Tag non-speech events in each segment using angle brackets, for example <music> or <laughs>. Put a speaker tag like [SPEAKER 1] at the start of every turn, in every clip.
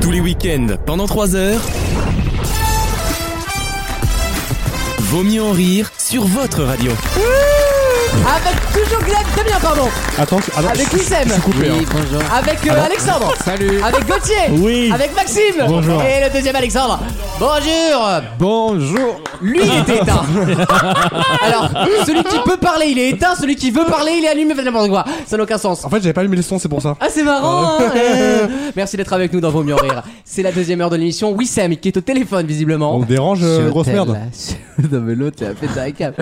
[SPEAKER 1] Tous les week-ends, pendant 3 heures. Vaut mieux en rire sur votre radio.
[SPEAKER 2] Mmh Avec toujours Glenn, Damien, pardon.
[SPEAKER 3] Attends, attends,
[SPEAKER 2] Avec
[SPEAKER 3] je- je-
[SPEAKER 2] Wissem.
[SPEAKER 3] Je suis coupé. hein.
[SPEAKER 2] Avec euh, Alexandre. Salut. Avec Gauthier.
[SPEAKER 3] Oui.
[SPEAKER 2] Avec Maxime.
[SPEAKER 3] Bonjour.
[SPEAKER 2] Et le deuxième Alexandre. Bonjour.
[SPEAKER 3] Bonjour.
[SPEAKER 2] Lui, il
[SPEAKER 3] <laughs>
[SPEAKER 2] était éteint. Alors, celui qui peut parler, il est éteint. Celui qui veut parler, il est allumé. Faites n'importe quoi. Ça n'a aucun sens.
[SPEAKER 3] En fait, j'avais pas allumé les sons, c'est pour ça.
[SPEAKER 2] Ah, c'est marrant.
[SPEAKER 3] <laughs>
[SPEAKER 2] hein. Eh. Merci d'être avec nous dans Vos mieux en rire. C'est la deuxième heure de l'émission. Wissem, qui est au téléphone, visiblement.
[SPEAKER 4] Oh.
[SPEAKER 3] On me dérange, euh,
[SPEAKER 5] Sur
[SPEAKER 3] grosse
[SPEAKER 5] tel,
[SPEAKER 3] merde.
[SPEAKER 5] là, sur- <laughs> non mais l'autre, il a fait de la cave.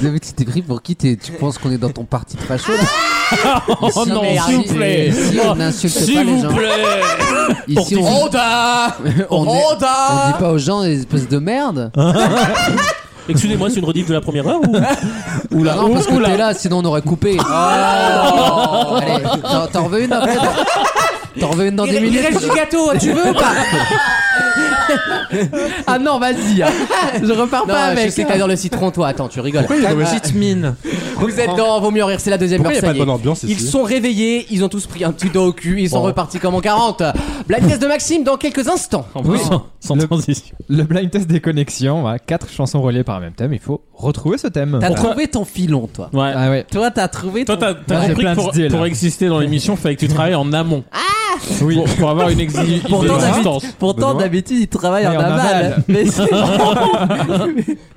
[SPEAKER 5] Il avait tu t'es pris pour qui t'es- Tu penses qu'on est dans ton parti de facho là
[SPEAKER 2] <laughs> Oh non, s'il vous plaît. Oh,
[SPEAKER 5] Ici, on n'insulte pas les gens. <laughs>
[SPEAKER 1] plaît
[SPEAKER 5] Ici, on, on,
[SPEAKER 2] Rhoda
[SPEAKER 5] est- on
[SPEAKER 2] Rhoda
[SPEAKER 5] dit pas aux gens des espèces de merde.
[SPEAKER 4] Excusez-moi, c'est une rediff de la première heure ou...
[SPEAKER 5] Oula, non, parce que t'es là, sinon on aurait coupé.
[SPEAKER 2] Ah. Oh.
[SPEAKER 5] Allez, t'en- t'en veux une après t'en- T'en veux une dans
[SPEAKER 2] Il
[SPEAKER 5] 10
[SPEAKER 2] il
[SPEAKER 5] minutes
[SPEAKER 2] reste du gâteau, tu veux ou <laughs> pas Ah non, vas-y. Je repars
[SPEAKER 5] pas avec.
[SPEAKER 2] Je sais que t'adores le citron, toi. Attends, tu rigoles.
[SPEAKER 3] Pourquoi il y a de-
[SPEAKER 5] mine.
[SPEAKER 2] Vous êtes dans Vaut mieux en rire, c'est la deuxième
[SPEAKER 3] Pourquoi il y a pas
[SPEAKER 2] heure, ça
[SPEAKER 3] de
[SPEAKER 2] y est.
[SPEAKER 3] bonne ambiance
[SPEAKER 2] Ils
[SPEAKER 3] ici
[SPEAKER 2] sont réveillés, ils ont tous pris un petit dos au cul, ils sont
[SPEAKER 4] Bon.
[SPEAKER 2] repartis comme en 40. Black test de Maxime dans quelques instants.
[SPEAKER 4] Oui, sans, sans
[SPEAKER 6] Le-
[SPEAKER 4] transition.
[SPEAKER 6] Le blind test des connexions, voilà, quatre chansons reliées par un même thème, il faut retrouver ce thème.
[SPEAKER 5] T'as trouvé ton filon, toi.
[SPEAKER 4] Ouais.
[SPEAKER 6] Ah ouais.
[SPEAKER 5] Toi, t'as trouvé
[SPEAKER 4] Toi,
[SPEAKER 5] ton.
[SPEAKER 4] t'as t'as
[SPEAKER 6] Moi, j'ai
[SPEAKER 4] compris
[SPEAKER 6] plein
[SPEAKER 4] que
[SPEAKER 6] de
[SPEAKER 4] pour,
[SPEAKER 6] idées, là.
[SPEAKER 4] pour exister dans l'émission, fallait que tu travailles en amont.
[SPEAKER 6] Oui.
[SPEAKER 4] Pour, pour avoir une, exi-
[SPEAKER 5] Ah Pourtant,
[SPEAKER 4] une
[SPEAKER 5] David-
[SPEAKER 4] existence.
[SPEAKER 5] Pourtant,
[SPEAKER 6] Benoît.
[SPEAKER 5] d'habitude, il travaille en
[SPEAKER 6] Mais en
[SPEAKER 5] aval.
[SPEAKER 2] <laughs>
[SPEAKER 6] aval.
[SPEAKER 5] Mais
[SPEAKER 4] <laughs>
[SPEAKER 5] c'est-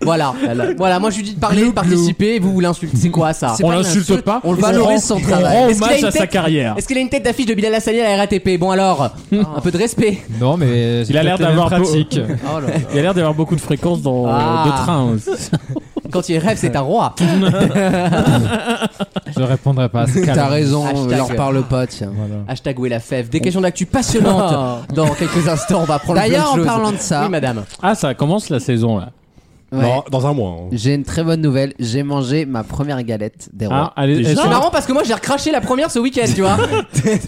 [SPEAKER 2] Voilà, voilà, moi je lui dis de parler, de participer, et vous vous l'insultez. C'est quoi ça
[SPEAKER 5] c'est
[SPEAKER 4] On
[SPEAKER 5] pas une
[SPEAKER 4] l'insulte
[SPEAKER 5] insulte,
[SPEAKER 4] pas,
[SPEAKER 5] On le
[SPEAKER 4] on
[SPEAKER 5] valorise son
[SPEAKER 4] On
[SPEAKER 5] travail.
[SPEAKER 4] rend
[SPEAKER 2] Est-ce qu'il a
[SPEAKER 4] hommage
[SPEAKER 2] une
[SPEAKER 4] à sa
[SPEAKER 2] tête
[SPEAKER 4] carrière.
[SPEAKER 2] Est-ce qu'il a une tête d'affiche de Bilal Hassani à la RATP Bon alors,
[SPEAKER 5] Ah.
[SPEAKER 2] un peu de respect.
[SPEAKER 6] Non mais c'est
[SPEAKER 4] Il a l'air
[SPEAKER 6] peut-être les mêmes
[SPEAKER 4] d'avoir beau- <laughs>
[SPEAKER 6] pratiques.
[SPEAKER 5] Oh là là.
[SPEAKER 4] Il a l'air d'avoir beaucoup de fréquences dans
[SPEAKER 2] Ah.
[SPEAKER 4] de train.
[SPEAKER 2] Quand il rêve, c'est un roi.
[SPEAKER 6] Je répondrai pas. c'est calme.
[SPEAKER 5] T'as raison, on
[SPEAKER 2] Hashtag.
[SPEAKER 5] leur parle pas, tiens.
[SPEAKER 6] Voilà.
[SPEAKER 2] Hashtag où est la fève Des questions d'actu passionnantes. Dans quelques instants, on va prendre
[SPEAKER 5] Oh. D'ailleurs,
[SPEAKER 2] plein de
[SPEAKER 5] en
[SPEAKER 2] choses.
[SPEAKER 5] parlant de ça-
[SPEAKER 2] Oui, madame.
[SPEAKER 4] Ah, ça commence la saison là.
[SPEAKER 5] Ouais.
[SPEAKER 3] Non, dans un mois. hein.
[SPEAKER 5] J'ai une très bonne nouvelle, j'ai mangé ma première galette des
[SPEAKER 4] Ah,
[SPEAKER 5] rois.
[SPEAKER 4] allez,
[SPEAKER 2] C'est
[SPEAKER 4] est-ce-
[SPEAKER 2] marrant parce que moi j'ai recraché la première ce week-end, tu
[SPEAKER 5] <laughs>
[SPEAKER 2] vois.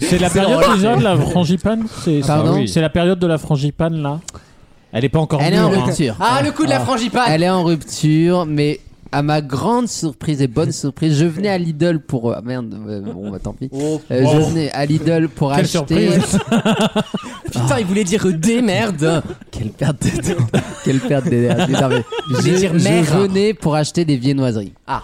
[SPEAKER 4] c'est la période déjà de la frangipane. C'est c'est-
[SPEAKER 5] Pardon
[SPEAKER 4] oui. C'est la période de la frangipane là. Elle est pas encore
[SPEAKER 5] Elle est en
[SPEAKER 4] mûre. hein.
[SPEAKER 5] rupture.
[SPEAKER 2] Ah, le coup de la frangipane.
[SPEAKER 5] Elle est en rupture, mais à ma grande surprise et bonne surprise, je venais à Lidl pour... Ah merde, euh, bon bah tant pis.
[SPEAKER 2] Oh,
[SPEAKER 5] Euh, je venais à Lidl pour
[SPEAKER 4] Quelle
[SPEAKER 5] acheter...
[SPEAKER 4] surprise.
[SPEAKER 2] putain, il voulait dire des merdes.
[SPEAKER 5] Quelle perte de temps. <laughs> Quelle perte d'énergie. Non, mais
[SPEAKER 2] voulais
[SPEAKER 5] je,
[SPEAKER 2] dire
[SPEAKER 5] je
[SPEAKER 2] mère.
[SPEAKER 5] venais pour acheter des viennoiseries.
[SPEAKER 2] Ah,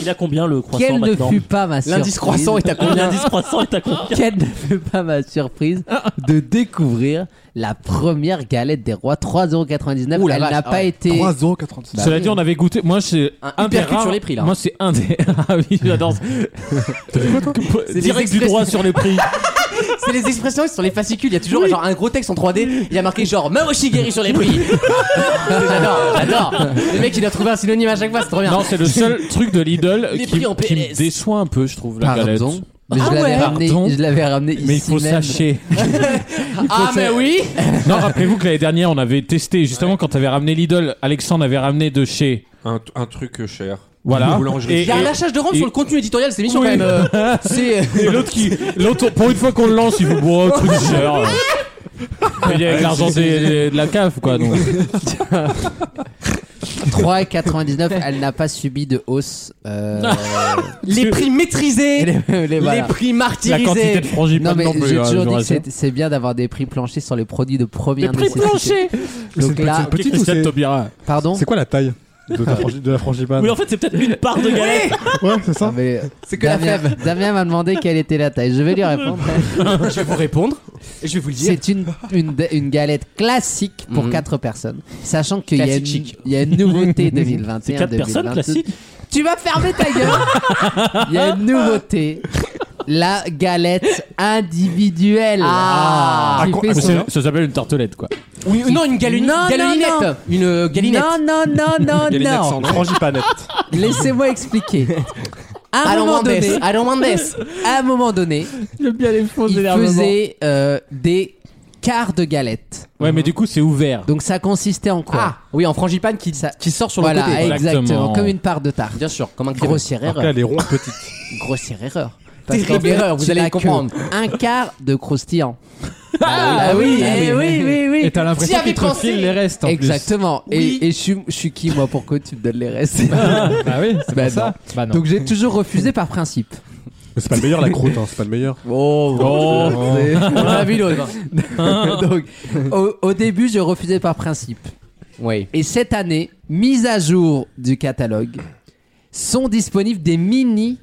[SPEAKER 4] Il a combien le croissant
[SPEAKER 5] Quelle ne
[SPEAKER 4] maintenant
[SPEAKER 5] fut pas ma surprise
[SPEAKER 2] l'indice croissant est à
[SPEAKER 5] <laughs>
[SPEAKER 2] combien
[SPEAKER 4] L'indice croissant est à combien
[SPEAKER 5] Quelle ne fut pas ma surprise de découvrir la première galette des rois, 3,99€.
[SPEAKER 2] Ouh la
[SPEAKER 5] Elle
[SPEAKER 2] vache,
[SPEAKER 5] n'a
[SPEAKER 2] ah
[SPEAKER 5] pas
[SPEAKER 2] ouais.
[SPEAKER 5] été.
[SPEAKER 3] 3,96€.
[SPEAKER 5] Bah
[SPEAKER 4] Cela
[SPEAKER 5] oui.
[SPEAKER 4] dit, on avait goûté. Moi, c'est
[SPEAKER 2] Un
[SPEAKER 4] un,
[SPEAKER 2] hyper
[SPEAKER 4] des
[SPEAKER 2] cut
[SPEAKER 4] rares.
[SPEAKER 2] sur les prix, là.
[SPEAKER 4] Moi, c'est un des. <laughs> Ah oui,
[SPEAKER 5] <laughs>
[SPEAKER 4] j'adore.
[SPEAKER 2] des
[SPEAKER 4] Direct du
[SPEAKER 2] expressions.
[SPEAKER 4] droit sur
[SPEAKER 2] <laughs>
[SPEAKER 4] les prix.
[SPEAKER 2] C'est les expressions qui sont les fascicules. Il y a toujours genre un gros texte en 3D. Il y a marqué genre Mamoshigeri sur les
[SPEAKER 5] <laughs>
[SPEAKER 2] prix. j'adore, j'adore. Le mec il a trouvé un synonyme à chaque fois, c'est trop bien.
[SPEAKER 4] Non, c'est le seul truc de Lidl
[SPEAKER 2] Les
[SPEAKER 4] qui,
[SPEAKER 2] prix en
[SPEAKER 4] qui me
[SPEAKER 2] PLS.
[SPEAKER 4] déçoit un peu, je trouve, la galette.
[SPEAKER 5] Pardon. Mais je
[SPEAKER 2] Ah
[SPEAKER 5] l'avais
[SPEAKER 2] ouais.
[SPEAKER 5] ramené,
[SPEAKER 4] Pardon.
[SPEAKER 5] je l'avais ramené ici
[SPEAKER 4] Mais il faut
[SPEAKER 5] même.
[SPEAKER 4] sachez.
[SPEAKER 2] ah, mais oui.
[SPEAKER 4] non, rappelez-vous que l'année dernière, on avait testé justement quand t'avais ramené Lidl. Alexandre avait ramené de chez.
[SPEAKER 7] un, un
[SPEAKER 4] euh,
[SPEAKER 7] truc cher.
[SPEAKER 4] Voilà.
[SPEAKER 7] Boulangerie.
[SPEAKER 2] Il y a un lâchage de rampe
[SPEAKER 4] et-
[SPEAKER 2] sur le contenu éditorial, c'est mission
[SPEAKER 4] Oui.
[SPEAKER 2] quand même. euh,
[SPEAKER 5] <laughs>
[SPEAKER 2] c'est.
[SPEAKER 4] Et l'autre qui. L'autre, pour une fois qu'on le lance, il vous boit un truc cher. euh. Il y a avec l'argent des- de la CAF, quoi. Donc.
[SPEAKER 5] 3,99, elle n'a pas subi de hausse. euh,
[SPEAKER 2] Les prix maîtrisés.
[SPEAKER 5] <laughs>
[SPEAKER 2] Les,
[SPEAKER 5] les- les- voilà.
[SPEAKER 2] prix
[SPEAKER 4] La quantité
[SPEAKER 2] martyrisés.
[SPEAKER 4] de frangipane
[SPEAKER 5] Non mais
[SPEAKER 4] plus,
[SPEAKER 5] j'ai
[SPEAKER 4] hein, je
[SPEAKER 5] toujours
[SPEAKER 4] vous
[SPEAKER 5] dit que
[SPEAKER 4] rassure.
[SPEAKER 5] c'est- c'est bien d'avoir des prix planchers sur les produits de première
[SPEAKER 4] Des prix
[SPEAKER 5] nécessité. Donc
[SPEAKER 3] C'est une
[SPEAKER 5] là,
[SPEAKER 3] petite-
[SPEAKER 4] Petit
[SPEAKER 3] Petite ou
[SPEAKER 4] Christiane
[SPEAKER 3] c'est-
[SPEAKER 4] Taubira.
[SPEAKER 5] pardon.
[SPEAKER 3] C'est quoi la taille de, ta frangi- de la frangipane
[SPEAKER 4] Ah. Oui, en fait, c'est peut-être une part de galette.
[SPEAKER 3] Ouais, c'est
[SPEAKER 5] Non,
[SPEAKER 3] ça
[SPEAKER 5] mais
[SPEAKER 2] C'est que la
[SPEAKER 5] Damien
[SPEAKER 2] fève.
[SPEAKER 5] Damien m'a demandé quelle était la taille. Je vais lui répondre.
[SPEAKER 2] Je vais vous répondre. Et je vais vous le dire.
[SPEAKER 5] C'est une, une, une galette classique pour
[SPEAKER 2] Mhm.
[SPEAKER 5] 4 personnes, sachant qu'il y, a
[SPEAKER 2] Classique
[SPEAKER 5] une-
[SPEAKER 2] chic.
[SPEAKER 5] il y a
[SPEAKER 2] <laughs>
[SPEAKER 5] une nouveauté
[SPEAKER 4] C'est
[SPEAKER 5] 2021.
[SPEAKER 4] 4 personnes
[SPEAKER 5] 2022.
[SPEAKER 4] classiques.
[SPEAKER 5] Tu vas fermer ta gueule Il y a une nouveauté. La galette individuelle.
[SPEAKER 2] Ah.
[SPEAKER 5] Qui
[SPEAKER 3] Ah,
[SPEAKER 5] fait
[SPEAKER 3] quoi-
[SPEAKER 5] son-
[SPEAKER 3] ah,
[SPEAKER 4] Ça ça s'appelle une tartelette, quoi.
[SPEAKER 2] Oui, non, une galine,
[SPEAKER 5] Non,
[SPEAKER 2] galinette.
[SPEAKER 5] non, non.
[SPEAKER 2] Une euh, galinette.
[SPEAKER 5] Non, non, non,
[SPEAKER 2] <laughs>
[SPEAKER 7] Galinette
[SPEAKER 5] non, non.
[SPEAKER 7] sans nom.
[SPEAKER 3] Frangipanette.
[SPEAKER 5] Laissez-moi expliquer. À un,
[SPEAKER 2] Allons
[SPEAKER 5] moment donné,
[SPEAKER 2] Mendes. Allons Mendes.
[SPEAKER 5] <laughs> à un moment donné,
[SPEAKER 4] J'aime bien les fonds
[SPEAKER 5] il faisait euh, des quarts de galette.
[SPEAKER 4] Ouais, mais du coup, c'est ouvert.
[SPEAKER 5] Donc ça consistait en quoi
[SPEAKER 2] Ah, oui, en frangipane qui,
[SPEAKER 5] Ça-
[SPEAKER 2] qui sort sur le
[SPEAKER 5] Voilà,
[SPEAKER 2] côté.
[SPEAKER 4] Exactement.
[SPEAKER 5] exactement. Comme une part de tarte.
[SPEAKER 2] Bien sûr, comme un crème.
[SPEAKER 5] Grossière
[SPEAKER 3] Alors que là,
[SPEAKER 5] erreur.
[SPEAKER 3] elle est ronde, petite.
[SPEAKER 5] Grossière erreur.
[SPEAKER 2] Terrible
[SPEAKER 5] qu'en fait,
[SPEAKER 2] erreur, vous
[SPEAKER 5] tu
[SPEAKER 2] allez
[SPEAKER 5] n'as
[SPEAKER 2] comprendre.
[SPEAKER 5] que Un quart de croustillant.
[SPEAKER 2] Ah oui, eh oui, oui, oui.
[SPEAKER 6] Et t'as
[SPEAKER 2] T'y
[SPEAKER 6] l'impression
[SPEAKER 2] avais
[SPEAKER 6] qu'il te
[SPEAKER 2] pensé.
[SPEAKER 6] file les restes hein. en
[SPEAKER 5] Exactement.
[SPEAKER 2] Oui.
[SPEAKER 5] Et, et je, suis- je suis qui
[SPEAKER 2] <laughs>
[SPEAKER 5] moi pour que tu me donnes les restes
[SPEAKER 4] Ah.
[SPEAKER 6] plus. Bah oui, c'est
[SPEAKER 5] Bah
[SPEAKER 6] pour ça. Bah non.
[SPEAKER 5] Donc j'ai toujours refusé par principe.
[SPEAKER 3] Mais c'est pas le meilleur la croûte, hein, c'est pas le meilleur.
[SPEAKER 2] Oh,
[SPEAKER 4] Oh.
[SPEAKER 5] C'est-
[SPEAKER 2] on en a vu l'autre.
[SPEAKER 5] <laughs> Donc, au, au début, je refusais par principe.
[SPEAKER 2] Oui.
[SPEAKER 5] Et cette année, mise à jour du catalogue, sont disponibles des mini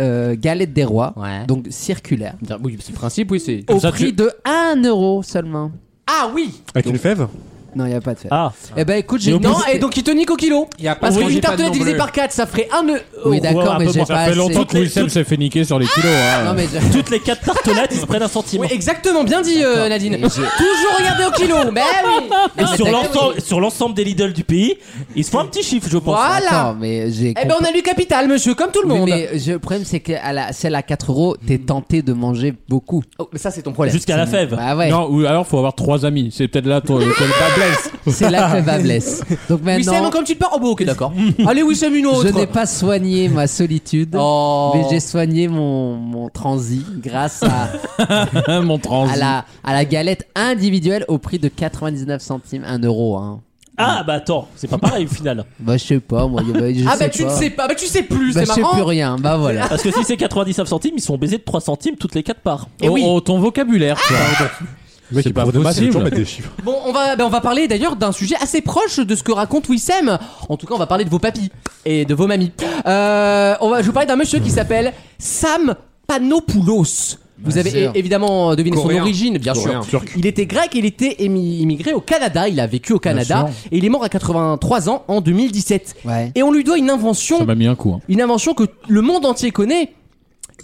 [SPEAKER 5] euh, galettes des rois,
[SPEAKER 2] Ouais.
[SPEAKER 5] donc circulaires,
[SPEAKER 2] Oui, c'est le principe, oui, c'est.
[SPEAKER 4] Comme
[SPEAKER 5] au
[SPEAKER 4] ça,
[SPEAKER 5] prix
[SPEAKER 4] tu-
[SPEAKER 5] de 1 euro seulement.
[SPEAKER 2] Ah oui
[SPEAKER 3] Avec une fève
[SPEAKER 5] Non, il n'y a pas de fait.
[SPEAKER 4] Ah,
[SPEAKER 5] Eh ben écoute, j'ai
[SPEAKER 2] Non,
[SPEAKER 5] testé-
[SPEAKER 2] et donc il te nique au kilo
[SPEAKER 3] Il y a
[SPEAKER 2] Parce
[SPEAKER 4] Oui,
[SPEAKER 2] qu'une
[SPEAKER 4] j'ai pas
[SPEAKER 2] tartelette
[SPEAKER 4] non
[SPEAKER 2] divisée
[SPEAKER 4] plus.
[SPEAKER 2] par 4, ça ferait 1
[SPEAKER 7] Oh,
[SPEAKER 5] Oui, d'accord, mais j'ai
[SPEAKER 4] Oh, ça
[SPEAKER 5] pas
[SPEAKER 4] fait
[SPEAKER 5] assez.
[SPEAKER 4] longtemps que Wissem s'est fait niquer sur les kilos. hein.
[SPEAKER 5] Non, mais je-
[SPEAKER 7] Toutes les quatre tartelettes, ils se prennent un centime.
[SPEAKER 2] Oui, exactement, bien dit euh, Nadine.
[SPEAKER 5] Et j'ai-
[SPEAKER 2] Toujours regarder au kilo, mais oui
[SPEAKER 5] Non,
[SPEAKER 7] <laughs> Et
[SPEAKER 5] mais
[SPEAKER 7] sur
[SPEAKER 5] t'as-
[SPEAKER 7] l'ensemble, sur l'ensemble des Lidl du pays, ils se font un petit chiffre, je pense.
[SPEAKER 2] Voilà
[SPEAKER 5] Attends, mais j'ai
[SPEAKER 2] Oh Eh ben on a lu Capital, monsieur, comme tout le
[SPEAKER 5] Oui,
[SPEAKER 2] monde.
[SPEAKER 5] mais je- le problème, c'est que à la, celle à 4 euros,
[SPEAKER 2] Mm.
[SPEAKER 5] t'es tenté de manger beaucoup.
[SPEAKER 2] Oh, mais ça, c'est ton problème.
[SPEAKER 7] Jusqu'à la fève.
[SPEAKER 5] Bah ouais,
[SPEAKER 4] Non, ou alors faut avoir trois amis. C'est peut-être là ton, ton- ta blesse.
[SPEAKER 5] <laughs> c'est là
[SPEAKER 2] <laughs>
[SPEAKER 5] que va blesse. Donc
[SPEAKER 2] Wissem,
[SPEAKER 5] maintenant,
[SPEAKER 2] comme tu le pars Oh, bon, ok, d'accord. Allez, Wissem, une autre.
[SPEAKER 5] je n'ai pas soigné ma solitude,
[SPEAKER 2] Oh.
[SPEAKER 5] mais j'ai soigné mon, mon transi grâce à,
[SPEAKER 4] Hein, Mon trans.
[SPEAKER 5] à, la, à la galette individuelle au prix de 99 centimes, 1 euro. Hein.
[SPEAKER 7] Ah bah attends, c'est pas pareil au
[SPEAKER 2] <laughs>
[SPEAKER 7] final.
[SPEAKER 5] Bah je sais pas, moi. je
[SPEAKER 2] Ah,
[SPEAKER 5] sais
[SPEAKER 2] bah tu ne
[SPEAKER 5] pas.
[SPEAKER 2] sais pas, bah tu sais plus,
[SPEAKER 5] Bah, je
[SPEAKER 2] c'est
[SPEAKER 5] sais plus
[SPEAKER 2] marrant.
[SPEAKER 5] rien, bah voilà.
[SPEAKER 7] Parce que si c'est 99 centimes, ils sont baisés de 3 centimes toutes les quatre parts.
[SPEAKER 2] Eh
[SPEAKER 4] Oh,
[SPEAKER 2] oui.
[SPEAKER 4] oh, ton vocabulaire, quoi.
[SPEAKER 3] Le mec,
[SPEAKER 4] C'est
[SPEAKER 3] il
[SPEAKER 4] pas
[SPEAKER 3] pourrait demain, c'est
[SPEAKER 4] possible.
[SPEAKER 3] toujours mettre des chiffres.
[SPEAKER 2] Bon, on va, bah, on va parler d'ailleurs d'un sujet assez proche de ce que raconte Wissem. En tout cas, on va parler de vos papis et de vos mamies. Euh, on va, je vous parler d'un monsieur qui s'appelle Sam Panopoulos. Vous avez é- évidemment euh, deviné son
[SPEAKER 4] Coréen.
[SPEAKER 2] origine, bien
[SPEAKER 4] Coréen.
[SPEAKER 2] sûr. Il était grec, il était émi- immigré au Canada, il a vécu au Canada et il est mort à 83 ans en 2017.
[SPEAKER 5] Ouais.
[SPEAKER 2] Et on lui doit une
[SPEAKER 4] Ça
[SPEAKER 2] invention,
[SPEAKER 4] m'a mis un coup. hein.
[SPEAKER 2] une invention que le monde entier connaît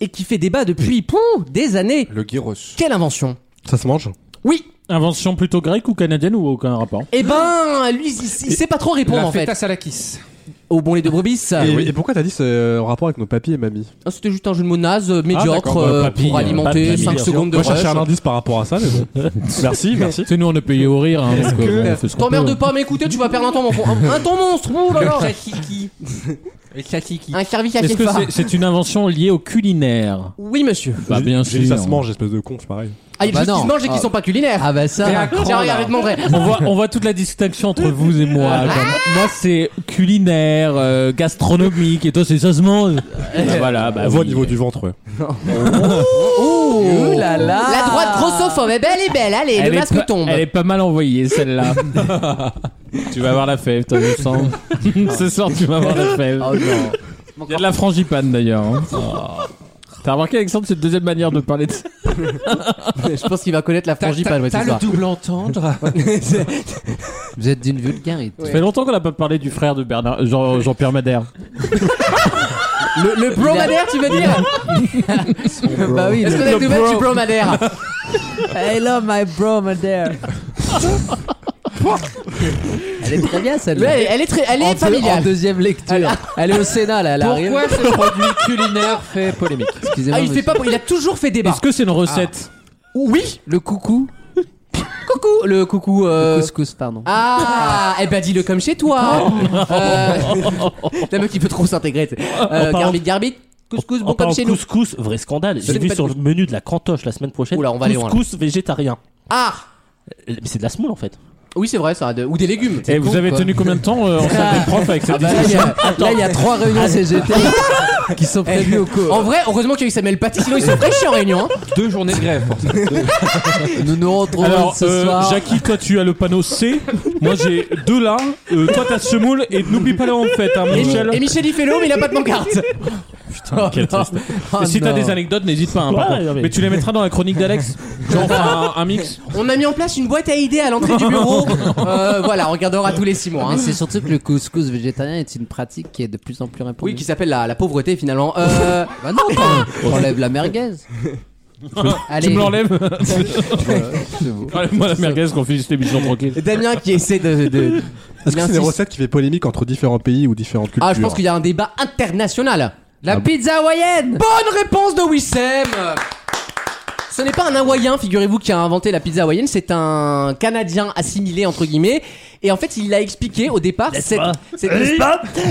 [SPEAKER 2] et qui fait débat depuis pouf, des années.
[SPEAKER 8] Le gyros.
[SPEAKER 2] Quelle invention
[SPEAKER 3] Ça se mange
[SPEAKER 2] Oui,
[SPEAKER 4] Invention plutôt grecque ou canadienne ou aucun rapport
[SPEAKER 2] et ben lui, il, il sait pas trop répondre en fait.
[SPEAKER 6] salakis.
[SPEAKER 2] Au bon les deux brebis.
[SPEAKER 4] Ah
[SPEAKER 2] ça.
[SPEAKER 3] Et, et pourquoi t'as dit c'est euh, en rapport avec nos papis et mamies
[SPEAKER 2] Ah, C'était juste un jeu de mots naze, euh, médiocre,
[SPEAKER 4] d'accord, bah,
[SPEAKER 2] euh,
[SPEAKER 4] papy,
[SPEAKER 2] pour
[SPEAKER 4] euh,
[SPEAKER 2] alimenter
[SPEAKER 7] papy,
[SPEAKER 2] 5
[SPEAKER 7] bien
[SPEAKER 2] secondes de
[SPEAKER 3] Moi, je cherchais
[SPEAKER 2] rush.
[SPEAKER 3] un indice par rapport à ça, mais
[SPEAKER 4] <laughs>
[SPEAKER 3] bon. merci, merci.
[SPEAKER 4] C'est nous, on est payé au rire. Hein, donc, euh, on fait ce qu'on peut,
[SPEAKER 2] T'emmerde
[SPEAKER 4] hein.
[SPEAKER 2] pas à m'écouter, tu vas perdre un temps, mon con. Un, un temps monstre, ouh là là. Un service à
[SPEAKER 4] Est-ce que
[SPEAKER 2] quelque part.
[SPEAKER 4] c'est c'est une invention liée au culinaire
[SPEAKER 2] Oui, monsieur.
[SPEAKER 4] Bah
[SPEAKER 3] J'ai-
[SPEAKER 4] bien
[SPEAKER 3] j'ai
[SPEAKER 4] sûr.
[SPEAKER 3] dit, Ça se mange, espèce de con, c'est pareil.
[SPEAKER 2] Ah, il y a
[SPEAKER 5] Bah
[SPEAKER 2] des choses qui
[SPEAKER 5] non.
[SPEAKER 2] se mangent et qui
[SPEAKER 5] Ah.
[SPEAKER 2] sont pas culinaires.
[SPEAKER 5] Ah bah ça,
[SPEAKER 2] Tiens, regarde, je te demanderai.
[SPEAKER 4] On voit, on voit toute la distinction entre vous et moi. genre, moi, c'est culinaire, euh, gastronomique, et toi, c'est ça se mange. Bah voilà, bah
[SPEAKER 3] On voit au
[SPEAKER 4] oui.
[SPEAKER 3] niveau du ventre, ouais.
[SPEAKER 5] Ouh là là.
[SPEAKER 2] La Ah. droite grossophobe Eh ben, est belle et belle, allez,
[SPEAKER 4] Elle
[SPEAKER 2] le
[SPEAKER 4] est
[SPEAKER 2] masque
[SPEAKER 4] pas-
[SPEAKER 2] tombe.
[SPEAKER 4] Elle est pas mal envoyée, celle-là. <laughs> tu vas avoir la fève, toi, Oh, il me semble. <laughs> Ce soir, tu vas avoir la fève. Il y a de la frangipane, d'ailleurs. hein. T'as remarqué, Alexandre, cette deuxième manière de parler de ça
[SPEAKER 2] Je pense qu'il va connaître la frangipane, ouais, c'est ça.
[SPEAKER 6] double
[SPEAKER 2] <laughs>
[SPEAKER 6] entendre
[SPEAKER 5] vous êtes d'une vulgarité.
[SPEAKER 4] Ça fait longtemps qu'on n'a pas parlé du frère de Bernard, euh, Jean- Jean-Pierre Madère.
[SPEAKER 2] Le, le bromadaire, tu veux dire
[SPEAKER 5] <laughs> Bah oui,
[SPEAKER 2] Est-ce qu'on a des nouvelles du bromadaire
[SPEAKER 5] <laughs> Hello my bro, my dear. Elle est très bien
[SPEAKER 2] Ouais,
[SPEAKER 5] celle-là.
[SPEAKER 2] Elle elle est très, elle
[SPEAKER 5] en,
[SPEAKER 2] est
[SPEAKER 5] deux- en
[SPEAKER 2] familiale.
[SPEAKER 5] deuxième lecture. Elle,
[SPEAKER 2] Elle-
[SPEAKER 5] est au Sénat là, elle arrive.
[SPEAKER 6] Pourquoi ce
[SPEAKER 5] <laughs>
[SPEAKER 6] produit culinaire fait polémique
[SPEAKER 5] Excusez-moi.
[SPEAKER 2] Ah, il fait
[SPEAKER 5] monsieur.
[SPEAKER 2] pas, il a toujours fait débat.
[SPEAKER 4] Est-ce que c'est une recette
[SPEAKER 2] Oui,
[SPEAKER 5] le coucou.
[SPEAKER 2] <laughs> coucou, le coucou. euh,
[SPEAKER 5] Couscous, pardon.
[SPEAKER 2] Ah, eh ben dis-le comme chez toi. Euh, <laughs> la meuf qui peut trop s'intégrer. tu sais. Euh,
[SPEAKER 7] En parlant-
[SPEAKER 2] garbit, garbit, couscous,
[SPEAKER 7] En
[SPEAKER 2] bon comme
[SPEAKER 7] parlant
[SPEAKER 2] chez nous.
[SPEAKER 7] oh, couscous, vrai scandale.
[SPEAKER 2] Ce
[SPEAKER 7] J'ai
[SPEAKER 2] n'est
[SPEAKER 7] vu
[SPEAKER 2] pas
[SPEAKER 7] sur
[SPEAKER 2] du-
[SPEAKER 7] le menu de la cantoche la semaine prochaine.
[SPEAKER 2] Oula, on va aller loin,
[SPEAKER 7] couscous végétarien.
[SPEAKER 2] Ah,
[SPEAKER 7] Euh, Mais c'est de la semoule en fait.
[SPEAKER 2] oui c'est vrai ça, de- ou des légumes.
[SPEAKER 4] Et Eh, vous
[SPEAKER 5] con,
[SPEAKER 4] avez
[SPEAKER 5] quoi.
[SPEAKER 4] tenu combien de temps euh, en salle des profs avec cette
[SPEAKER 5] Bah, là, il y a- là, il y a trois réunions CGT
[SPEAKER 2] <laughs>
[SPEAKER 5] qui sont prévues au cours.
[SPEAKER 2] Eh, En vrai, heureusement qu'il y a eu Samuel Paty, sinon ils sont fraîchis en réunion. hein.
[SPEAKER 6] Deux journées de grève pour ça.
[SPEAKER 5] Nous nous retrouvons
[SPEAKER 4] Alors,
[SPEAKER 5] ce
[SPEAKER 4] euh,
[SPEAKER 5] soir.
[SPEAKER 4] Jackie, toi tu as le panneau C. Moi j'ai deux là. Euh, toi t'as semoule et n'oublie pas la en fait, hein,
[SPEAKER 2] Et,
[SPEAKER 4] Michel.
[SPEAKER 2] et Michel il fait l'eau mais il a pas de pancarte.
[SPEAKER 4] Putain, quelle tristesse. Et si t'as des anecdotes, n'hésite pas. hein, par
[SPEAKER 7] Ouais,
[SPEAKER 4] contre.
[SPEAKER 7] non, mais-
[SPEAKER 4] mais... tu les mettras dans la chronique d'Alex. Genre enfin, un, un mix.
[SPEAKER 2] On a mis en place une boîte à idées à l'entrée du bureau. Euh, voilà, on regardera tous les six mois. hein.
[SPEAKER 5] Mais c'est surtout que le couscous végétarien est une pratique qui est de plus en plus répandue.
[SPEAKER 2] Oui, qui s'appelle la, la pauvreté finalement. Euh,
[SPEAKER 5] Bah non, on enlève la merguez.
[SPEAKER 2] <laughs>
[SPEAKER 5] Allez.
[SPEAKER 4] Tu me l'enlèves <laughs>
[SPEAKER 5] C'est beau.
[SPEAKER 4] Moi la merguez qu'on finisse l'émission tranquille.
[SPEAKER 2] Damien qui essaie de. de-
[SPEAKER 3] Est-ce que c'est
[SPEAKER 2] L'insiste.
[SPEAKER 3] des recettes qui fait polémique entre différents pays ou différentes cultures
[SPEAKER 2] Ah, je pense qu'il y a un débat international.
[SPEAKER 5] La pizza hawaïenne.
[SPEAKER 2] Bonne réponse de Wissem ce n'est pas un Hawaïen, figurez-vous, qui a inventé la pizza hawaïenne, c'est un Canadien assimilé, entre guillemets. Et en fait, il l'a <laughs> expliqué au départ. C'est c'est-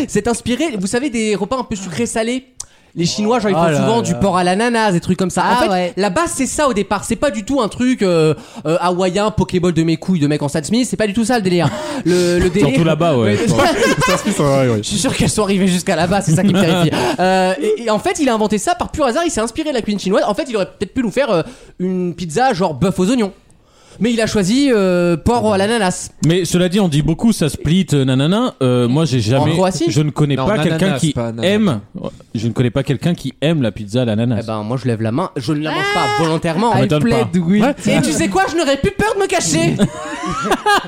[SPEAKER 2] c'est inspiré, vous savez, des repas un peu sucrés salés. Les Chinois, genre, ils font
[SPEAKER 4] Ah là
[SPEAKER 2] souvent
[SPEAKER 4] là.
[SPEAKER 2] du porc à l'ananas, des trucs comme ça. en
[SPEAKER 5] Ah
[SPEAKER 2] fait,
[SPEAKER 5] ouais.
[SPEAKER 2] là-bas, c'est ça au départ. C'est pas du tout un truc euh, euh, hawaïen, Pokéball de mes couilles, de mec en Stan Smith. C'est pas du tout ça le délire. Le, le délire.
[SPEAKER 4] Surtout là-bas, ouais.
[SPEAKER 2] <laughs>
[SPEAKER 3] Ça se passe, ouais, ouais.
[SPEAKER 2] Je suis sûr qu'elles sont arrivées jusqu'à là-bas, c'est ça qui me terrifie. Euh, et, et en fait, il a inventé ça par pur hasard, il s'est inspiré de la cuisine chinoise. En fait, il aurait peut-être pu nous faire euh, une pizza genre bœuf aux oignons. Mais il a choisi euh, porc à l'ananas.
[SPEAKER 4] Ah,
[SPEAKER 7] Mais cela dit, on dit beaucoup ça split, euh, nanana. Euh, moi, j'ai jamais.
[SPEAKER 2] Croatie
[SPEAKER 7] Je ne connais
[SPEAKER 6] Non,
[SPEAKER 7] pas
[SPEAKER 6] nananas,
[SPEAKER 7] quelqu'un qui
[SPEAKER 6] pas nananas.
[SPEAKER 7] aime. Je ne connais pas quelqu'un qui aime la pizza à l'ananas.
[SPEAKER 2] Eh ben, Ah, moi, je lève la main, je ne la mange pas volontairement.
[SPEAKER 4] Ah,
[SPEAKER 5] I
[SPEAKER 7] m'étonne pas.
[SPEAKER 5] played with.
[SPEAKER 2] Et tu sais quoi, je n'aurais plus peur de me cacher.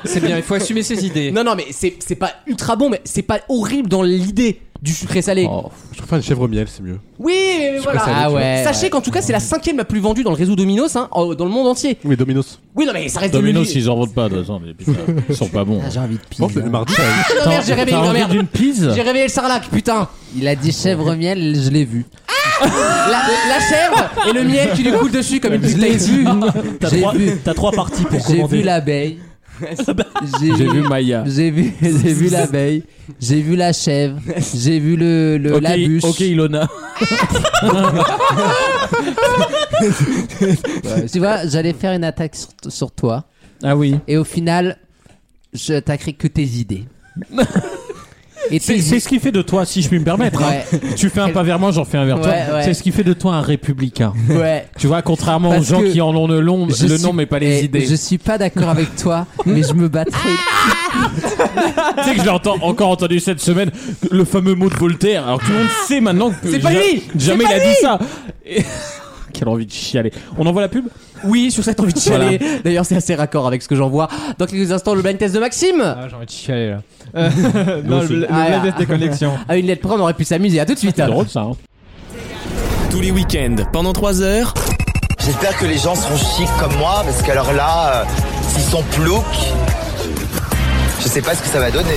[SPEAKER 6] C'est bien, il faut assumer ses idées.
[SPEAKER 2] non, non, mais c'est c'est pas ultra bon, mais c'est pas horrible dans l'idée du sucré salé.
[SPEAKER 4] Oh.
[SPEAKER 3] Je préfère une chèvre miel, c'est mieux.
[SPEAKER 2] Oui, mais voilà.
[SPEAKER 5] salé, Ah tu vois. ouais,
[SPEAKER 2] Sachez
[SPEAKER 5] ouais.
[SPEAKER 2] qu'en tout cas, c'est la cinquième la plus vendue dans le réseau Domino's, hein, en- dans le monde entier.
[SPEAKER 3] Oui, Domino's.
[SPEAKER 2] Oui, non, mais ça reste des
[SPEAKER 4] Domino's,
[SPEAKER 2] menus-
[SPEAKER 4] ils en vendent pas, de toute façon, les pizzas. Ils sont pas bons.
[SPEAKER 5] Ah, J'ai envie de
[SPEAKER 3] Je pense que
[SPEAKER 5] pizza.
[SPEAKER 3] le mardi,
[SPEAKER 2] Ah, non, merde, j'ai rêvé,
[SPEAKER 4] T'as
[SPEAKER 2] non,
[SPEAKER 4] envie
[SPEAKER 2] merde.
[SPEAKER 4] d'une pizza
[SPEAKER 2] J'ai réveillé le sarlac, putain
[SPEAKER 5] Il a dit chèvre miel, je l'ai vu.
[SPEAKER 7] Ah
[SPEAKER 2] La, la
[SPEAKER 7] <laughs>
[SPEAKER 2] chèvre et le miel qui lui coule dessus comme une
[SPEAKER 5] Je
[SPEAKER 2] pute
[SPEAKER 5] l'ai vu.
[SPEAKER 7] T'as
[SPEAKER 5] J'ai
[SPEAKER 7] trois,
[SPEAKER 5] vu.
[SPEAKER 7] t'as trois parties pour
[SPEAKER 5] J'ai
[SPEAKER 7] commander. <laughs>
[SPEAKER 5] vu l'abeille.
[SPEAKER 4] J'ai vu Maya.
[SPEAKER 5] J'ai vu, j'ai vu l'abeille, j'ai vu la chèvre, j'ai vu le, le
[SPEAKER 7] Ok,
[SPEAKER 5] la bûche.
[SPEAKER 7] ok, Ilona.
[SPEAKER 5] Ouais, tu vois, j'allais faire une attaque sur, sur toi
[SPEAKER 4] Ah oui.
[SPEAKER 5] et au final, je t'attaquerai que tes idées. Et
[SPEAKER 7] C'est
[SPEAKER 5] tes-
[SPEAKER 7] c'est ce qui fait de toi, si je puis me permettre. hein.
[SPEAKER 5] Ouais,
[SPEAKER 4] Tu fais un pas vers moi, j'en fais un vers toi.
[SPEAKER 5] Ouais, ouais.
[SPEAKER 4] C'est ce qui fait de toi un républicain.
[SPEAKER 7] <laughs>
[SPEAKER 5] ouais.
[SPEAKER 4] Tu vois, contrairement
[SPEAKER 5] Parce
[SPEAKER 4] aux gens
[SPEAKER 5] que
[SPEAKER 4] qui en ont le nom,
[SPEAKER 5] je
[SPEAKER 4] le
[SPEAKER 5] suis-
[SPEAKER 4] nom mais pas les
[SPEAKER 5] Et
[SPEAKER 4] idées.
[SPEAKER 5] Je suis pas d'accord avec toi, mais je me
[SPEAKER 7] <laughs>
[SPEAKER 5] battrai.
[SPEAKER 4] Tu sais que je l'ai entend- encore entendu cette semaine, le fameux mot de Voltaire. Alors tout le monde sait maintenant que
[SPEAKER 2] C'est pas
[SPEAKER 4] ja-
[SPEAKER 2] lui
[SPEAKER 4] jamais il a dit ça. Et- <laughs> Quelle envie de chialer. On envoie la pub
[SPEAKER 2] Oui, sur cette envie de
[SPEAKER 4] Voilà.
[SPEAKER 2] chialer. D'ailleurs, c'est assez raccord avec ce que j'en vois. Dans quelques instants, le blind test de Maxime.
[SPEAKER 6] Ah, j'ai envie de chialer là.
[SPEAKER 4] <laughs>
[SPEAKER 6] Euh, non, le, le
[SPEAKER 2] Ah,
[SPEAKER 6] Blade
[SPEAKER 2] là.
[SPEAKER 6] des connexions.
[SPEAKER 2] À une lettre près, on aurait pu s'amuser. À tout de suite.
[SPEAKER 4] C'est drôle ça. hein.
[SPEAKER 1] Tous les week-ends, pendant 3 heures,
[SPEAKER 8] J'espère que les gens seront chics comme moi, parce qu'alors là, euh, s'ils sont ploucs, je sais pas ce que ça va donner.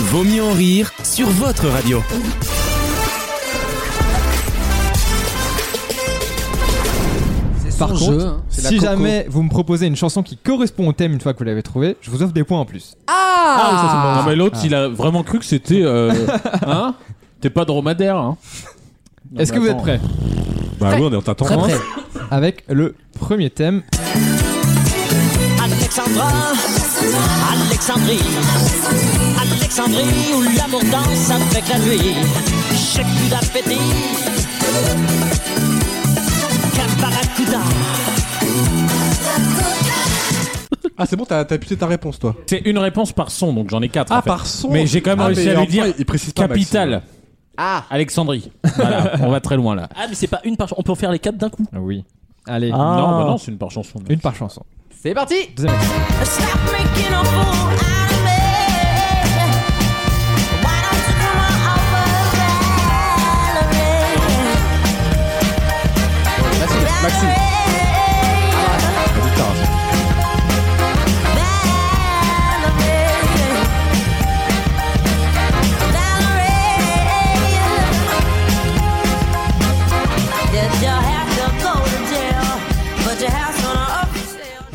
[SPEAKER 1] Vaut mieux en rire sur votre radio.
[SPEAKER 5] Par
[SPEAKER 6] Par
[SPEAKER 5] jeu,
[SPEAKER 6] contre,
[SPEAKER 5] hein. C'est la
[SPEAKER 6] si
[SPEAKER 5] coco.
[SPEAKER 6] jamais vous me proposez une chanson qui correspond au thème une fois que vous l'avez trouvée, je vous offre des points en plus.
[SPEAKER 4] Ah, oui, ça, c'est bon.
[SPEAKER 2] Ah
[SPEAKER 4] Non, mais l'autre, il a vraiment cru que c'était. euh, hein T'es pas dromadaire, hein
[SPEAKER 6] Est-ce que
[SPEAKER 4] mais
[SPEAKER 6] vous êtes
[SPEAKER 4] attends.
[SPEAKER 6] prêts
[SPEAKER 3] Bah oui, on est en t'attend.
[SPEAKER 5] Très près.
[SPEAKER 6] Avec le premier thème.
[SPEAKER 9] Alexandra, Alexandrie, Alexandrie où l'amour danse avec la nuit. J'ai plus d'appétit qu'un barracuda.
[SPEAKER 3] Ah, c'est bon, t'as t'as puté ta réponse, toi. Ah,
[SPEAKER 4] C'est une réponse par son, donc j'en ai quatre. en fait.
[SPEAKER 3] son
[SPEAKER 4] Mais j'ai quand
[SPEAKER 10] Ah,
[SPEAKER 4] même réussi à lui dire
[SPEAKER 3] Il précise pas, Maxime.
[SPEAKER 4] capitale.
[SPEAKER 2] Ah.
[SPEAKER 4] Alexandrie. Voilà, on va très loin là.
[SPEAKER 7] Ah, mais c'est pas une par On peut en faire les quatre d'un coup.
[SPEAKER 6] Ah oui. Allez,
[SPEAKER 4] Non, bah non, c'est une par chanson.
[SPEAKER 6] une par chanson.
[SPEAKER 2] C'est parti.
[SPEAKER 6] Deuxième extrait.
[SPEAKER 9] Stop making a fool out of me. Why don't you come on over, Valerie?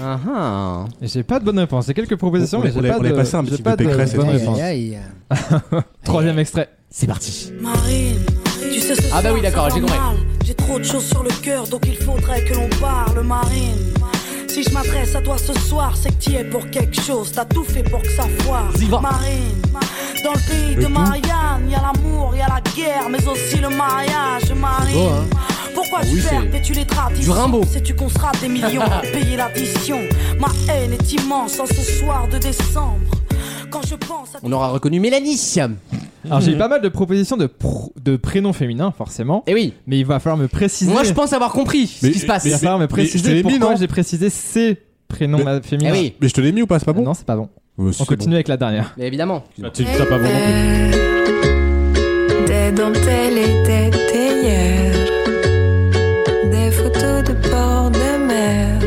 [SPEAKER 2] Ah, ah.
[SPEAKER 6] Et J'ai pas de bonne réponse. J'ai quelques propositions,
[SPEAKER 3] On
[SPEAKER 6] mais
[SPEAKER 3] est-
[SPEAKER 6] j'ai
[SPEAKER 3] on est-
[SPEAKER 6] pas
[SPEAKER 3] on
[SPEAKER 6] de.
[SPEAKER 3] est passé un petit
[SPEAKER 6] j'ai
[SPEAKER 3] peu
[SPEAKER 6] pas de
[SPEAKER 3] Pécresse et
[SPEAKER 6] bonne
[SPEAKER 3] tout.
[SPEAKER 6] réponse.
[SPEAKER 5] Aïe, aïe.
[SPEAKER 6] Troisième extrait.
[SPEAKER 2] C'est parti.
[SPEAKER 9] Marine, tu sais ce
[SPEAKER 2] Ah bah oui, d'accord, j'ai compris.
[SPEAKER 9] J'ai trop de choses sur le cœur, donc il faudrait que l'on parle, Marine. Si je m'adresse à toi ce soir, c'est que tu es pour quelque chose. T'as tout fait pour que ça foire.
[SPEAKER 2] Ziva.
[SPEAKER 9] Marine, dans le pays de Marianne, y a l'amour, y a la guerre, mais aussi le mariage, Marine.
[SPEAKER 2] beau, hein.
[SPEAKER 9] Pourquoi tu perpétues les traditions
[SPEAKER 2] Du Rimbaud.
[SPEAKER 9] Sais-tu qu'on sera des
[SPEAKER 2] <laughs>
[SPEAKER 9] millions à payer l'addition Ma haine est immense en ce soir de décembre. Quand je pense à
[SPEAKER 2] On aura reconnu Mélanie.
[SPEAKER 6] Alors j'ai eu pas mal de propositions de, pro- de prénoms féminins, forcément.
[SPEAKER 2] Eh oui.
[SPEAKER 6] Mais il va falloir me préciser.
[SPEAKER 2] Moi, je pense avoir compris ce
[SPEAKER 3] Mais-
[SPEAKER 2] qui se passe.
[SPEAKER 6] Il va falloir me
[SPEAKER 3] je te l'ai
[SPEAKER 6] préciser
[SPEAKER 3] mis,
[SPEAKER 6] pourquoi
[SPEAKER 3] non
[SPEAKER 6] j'ai précisé ces prénoms ma- féminins.
[SPEAKER 2] Eh oui.
[SPEAKER 3] Mais je te l'ai mis ou pas C'est pas
[SPEAKER 6] Ah
[SPEAKER 3] bon
[SPEAKER 6] Non, c'est pas bon.
[SPEAKER 3] Ouais, si,
[SPEAKER 6] On
[SPEAKER 3] Euh, c'est bon.
[SPEAKER 6] continue avec la dernière.
[SPEAKER 2] Mais évidemment.
[SPEAKER 4] Bah, tu dis ça pas vraiment.
[SPEAKER 11] Des dentelles et des théières, des photos de bord de mer,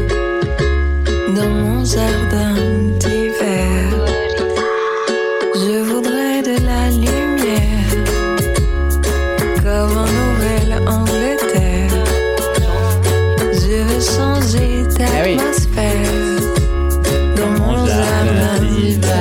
[SPEAKER 11] dans mon jardin d'hiver. Je voudrais de la lumière, comme en Nouvelle-Angleterre. Je veux changer
[SPEAKER 2] Ah oui.
[SPEAKER 11] d'atmosphère, dans mon jardin d'hiver.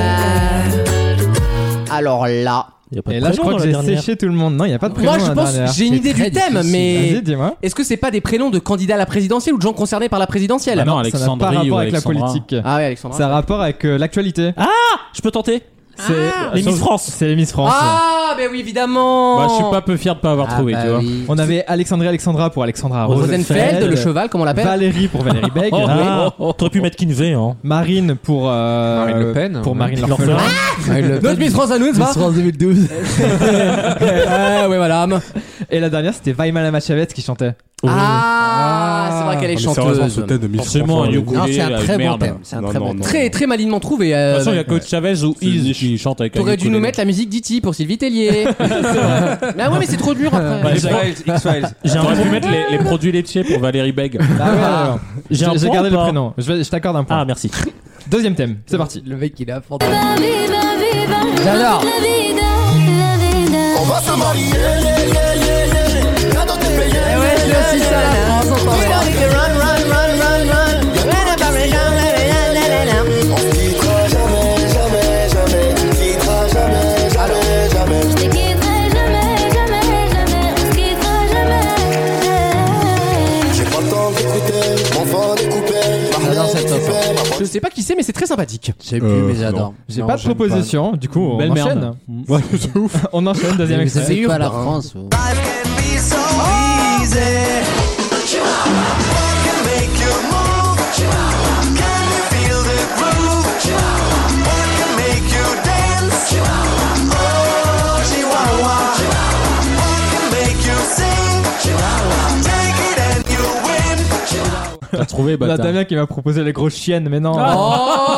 [SPEAKER 2] Alors là,
[SPEAKER 7] Y a pas de
[SPEAKER 6] Et là, je
[SPEAKER 7] prénom
[SPEAKER 6] crois
[SPEAKER 7] dans
[SPEAKER 6] que
[SPEAKER 7] la
[SPEAKER 6] j'ai
[SPEAKER 7] dernière.
[SPEAKER 6] séché tout le monde. Non, il n'y a pas de prénom.
[SPEAKER 2] Moi, je
[SPEAKER 6] la
[SPEAKER 2] pense,
[SPEAKER 6] dernière.
[SPEAKER 2] j'ai une
[SPEAKER 6] C'est
[SPEAKER 2] idée du
[SPEAKER 6] très
[SPEAKER 2] thème,
[SPEAKER 6] difficile.
[SPEAKER 2] mais-
[SPEAKER 6] Vas-y, dis-moi.
[SPEAKER 2] Est-ce que c'est pas des prénoms de candidats à la présidentielle ou de gens concernés par la présidentielle
[SPEAKER 4] Ah non,
[SPEAKER 6] ça n'a pas
[SPEAKER 4] Alexandrie ou
[SPEAKER 6] rapport avec la
[SPEAKER 4] Alexandra.
[SPEAKER 6] politique.
[SPEAKER 2] Ah ouais, Alexandra.
[SPEAKER 6] Ça a rapport avec euh, l'actualité.
[SPEAKER 7] Je peux tenter
[SPEAKER 6] c'est
[SPEAKER 7] Les
[SPEAKER 6] sauf-
[SPEAKER 7] Miss France.
[SPEAKER 6] C'est les Miss France.
[SPEAKER 2] Ah, ben oui, évidemment.
[SPEAKER 4] Bah, je suis pas peu fier de pas avoir
[SPEAKER 5] Ah,
[SPEAKER 4] trouvé,
[SPEAKER 5] bah
[SPEAKER 4] tu vois. Oh,
[SPEAKER 5] oui.
[SPEAKER 6] On avait Alexandrie Alexandra pour Alexandra
[SPEAKER 2] Rosenfeld,
[SPEAKER 6] Rosenfeld,
[SPEAKER 2] le cheval, comment on l'appelle
[SPEAKER 6] Valérie pour Valérie Beck,
[SPEAKER 7] Oh,
[SPEAKER 6] Henri-
[SPEAKER 7] ah, T'aurais pu mettre Kinvey, hein.
[SPEAKER 6] Marine pour euh,
[SPEAKER 3] Marine Le Pen,
[SPEAKER 6] pour
[SPEAKER 3] ouais.
[SPEAKER 6] Marine
[SPEAKER 7] L'orphelin.
[SPEAKER 6] L'Orphelin.
[SPEAKER 2] Notre Miss France à nous, va
[SPEAKER 5] France 2012.
[SPEAKER 2] <laughs> Ah, ouais, madame.
[SPEAKER 6] Et la dernière, c'était Vaimala Machavette qui chantait.
[SPEAKER 2] Ah, c'est vrai qu'elle est
[SPEAKER 3] Non, mais sérieusement, ce
[SPEAKER 2] chanteuse.
[SPEAKER 3] thème de Miss
[SPEAKER 4] Forcément,
[SPEAKER 3] France,
[SPEAKER 4] un
[SPEAKER 3] euh,
[SPEAKER 4] ukulélé,
[SPEAKER 5] Non, c'est un
[SPEAKER 4] là,
[SPEAKER 5] très bon
[SPEAKER 4] merde.
[SPEAKER 5] thème, c'est un
[SPEAKER 3] Non,
[SPEAKER 5] très
[SPEAKER 3] non,
[SPEAKER 5] bon
[SPEAKER 3] non.
[SPEAKER 5] thème.
[SPEAKER 2] Très, très malinement trouvé.
[SPEAKER 4] De
[SPEAKER 2] euh,
[SPEAKER 4] toute façon, il y a Coach Chavez ou Iz qui chante avec un
[SPEAKER 2] T'aurais dû nous
[SPEAKER 4] ukulélé.
[SPEAKER 2] mettre la musique d'Iti pour Sylvie Tellier. Ah ouais, mais c'est trop dur
[SPEAKER 4] Bah,
[SPEAKER 2] après.
[SPEAKER 4] j'ai- J'aurais pu mettre les, les produits laitiers pour Valérie Beg.
[SPEAKER 6] Ah ouais,
[SPEAKER 7] J'ai un
[SPEAKER 6] J'ai j'ai
[SPEAKER 7] point
[SPEAKER 6] gardé
[SPEAKER 7] ou
[SPEAKER 6] le
[SPEAKER 7] pas
[SPEAKER 6] prénom. Je, vais- je t'accorde un point.
[SPEAKER 7] Ah,
[SPEAKER 4] <laughs>
[SPEAKER 7] merci.
[SPEAKER 6] Deuxième thème, c'est parti.
[SPEAKER 5] Le mec, il a J'adore.
[SPEAKER 8] On va se marier.
[SPEAKER 2] Eh
[SPEAKER 8] On se quittera jamais, jamais, jamais. Tu te quitteras jamais, jamais, jamais. J'ai pas le temps d'écouter, mon vent découpé.
[SPEAKER 5] J'adore cette chanson.
[SPEAKER 2] Je sais pas qui c'est, mais c'est très sympathique.
[SPEAKER 5] J'ai plus,
[SPEAKER 3] Euh,
[SPEAKER 5] mais
[SPEAKER 3] non.
[SPEAKER 5] j'adore.
[SPEAKER 6] J'ai
[SPEAKER 5] Non,
[SPEAKER 6] pas de
[SPEAKER 5] j'aime
[SPEAKER 6] proposition, du coup on
[SPEAKER 4] Belle
[SPEAKER 6] enchaîne.
[SPEAKER 4] merde.
[SPEAKER 6] <laughs>
[SPEAKER 3] Ouais, c'est ouf.
[SPEAKER 6] On enchaîne, deuxième
[SPEAKER 5] Mais C'est
[SPEAKER 6] extrait.
[SPEAKER 5] pas la France. oh.
[SPEAKER 4] T'as trouvé,
[SPEAKER 6] On a
[SPEAKER 4] bâtard.
[SPEAKER 6] Damien qui m'a proposé les grosses chiennes, mais non.
[SPEAKER 2] Ah,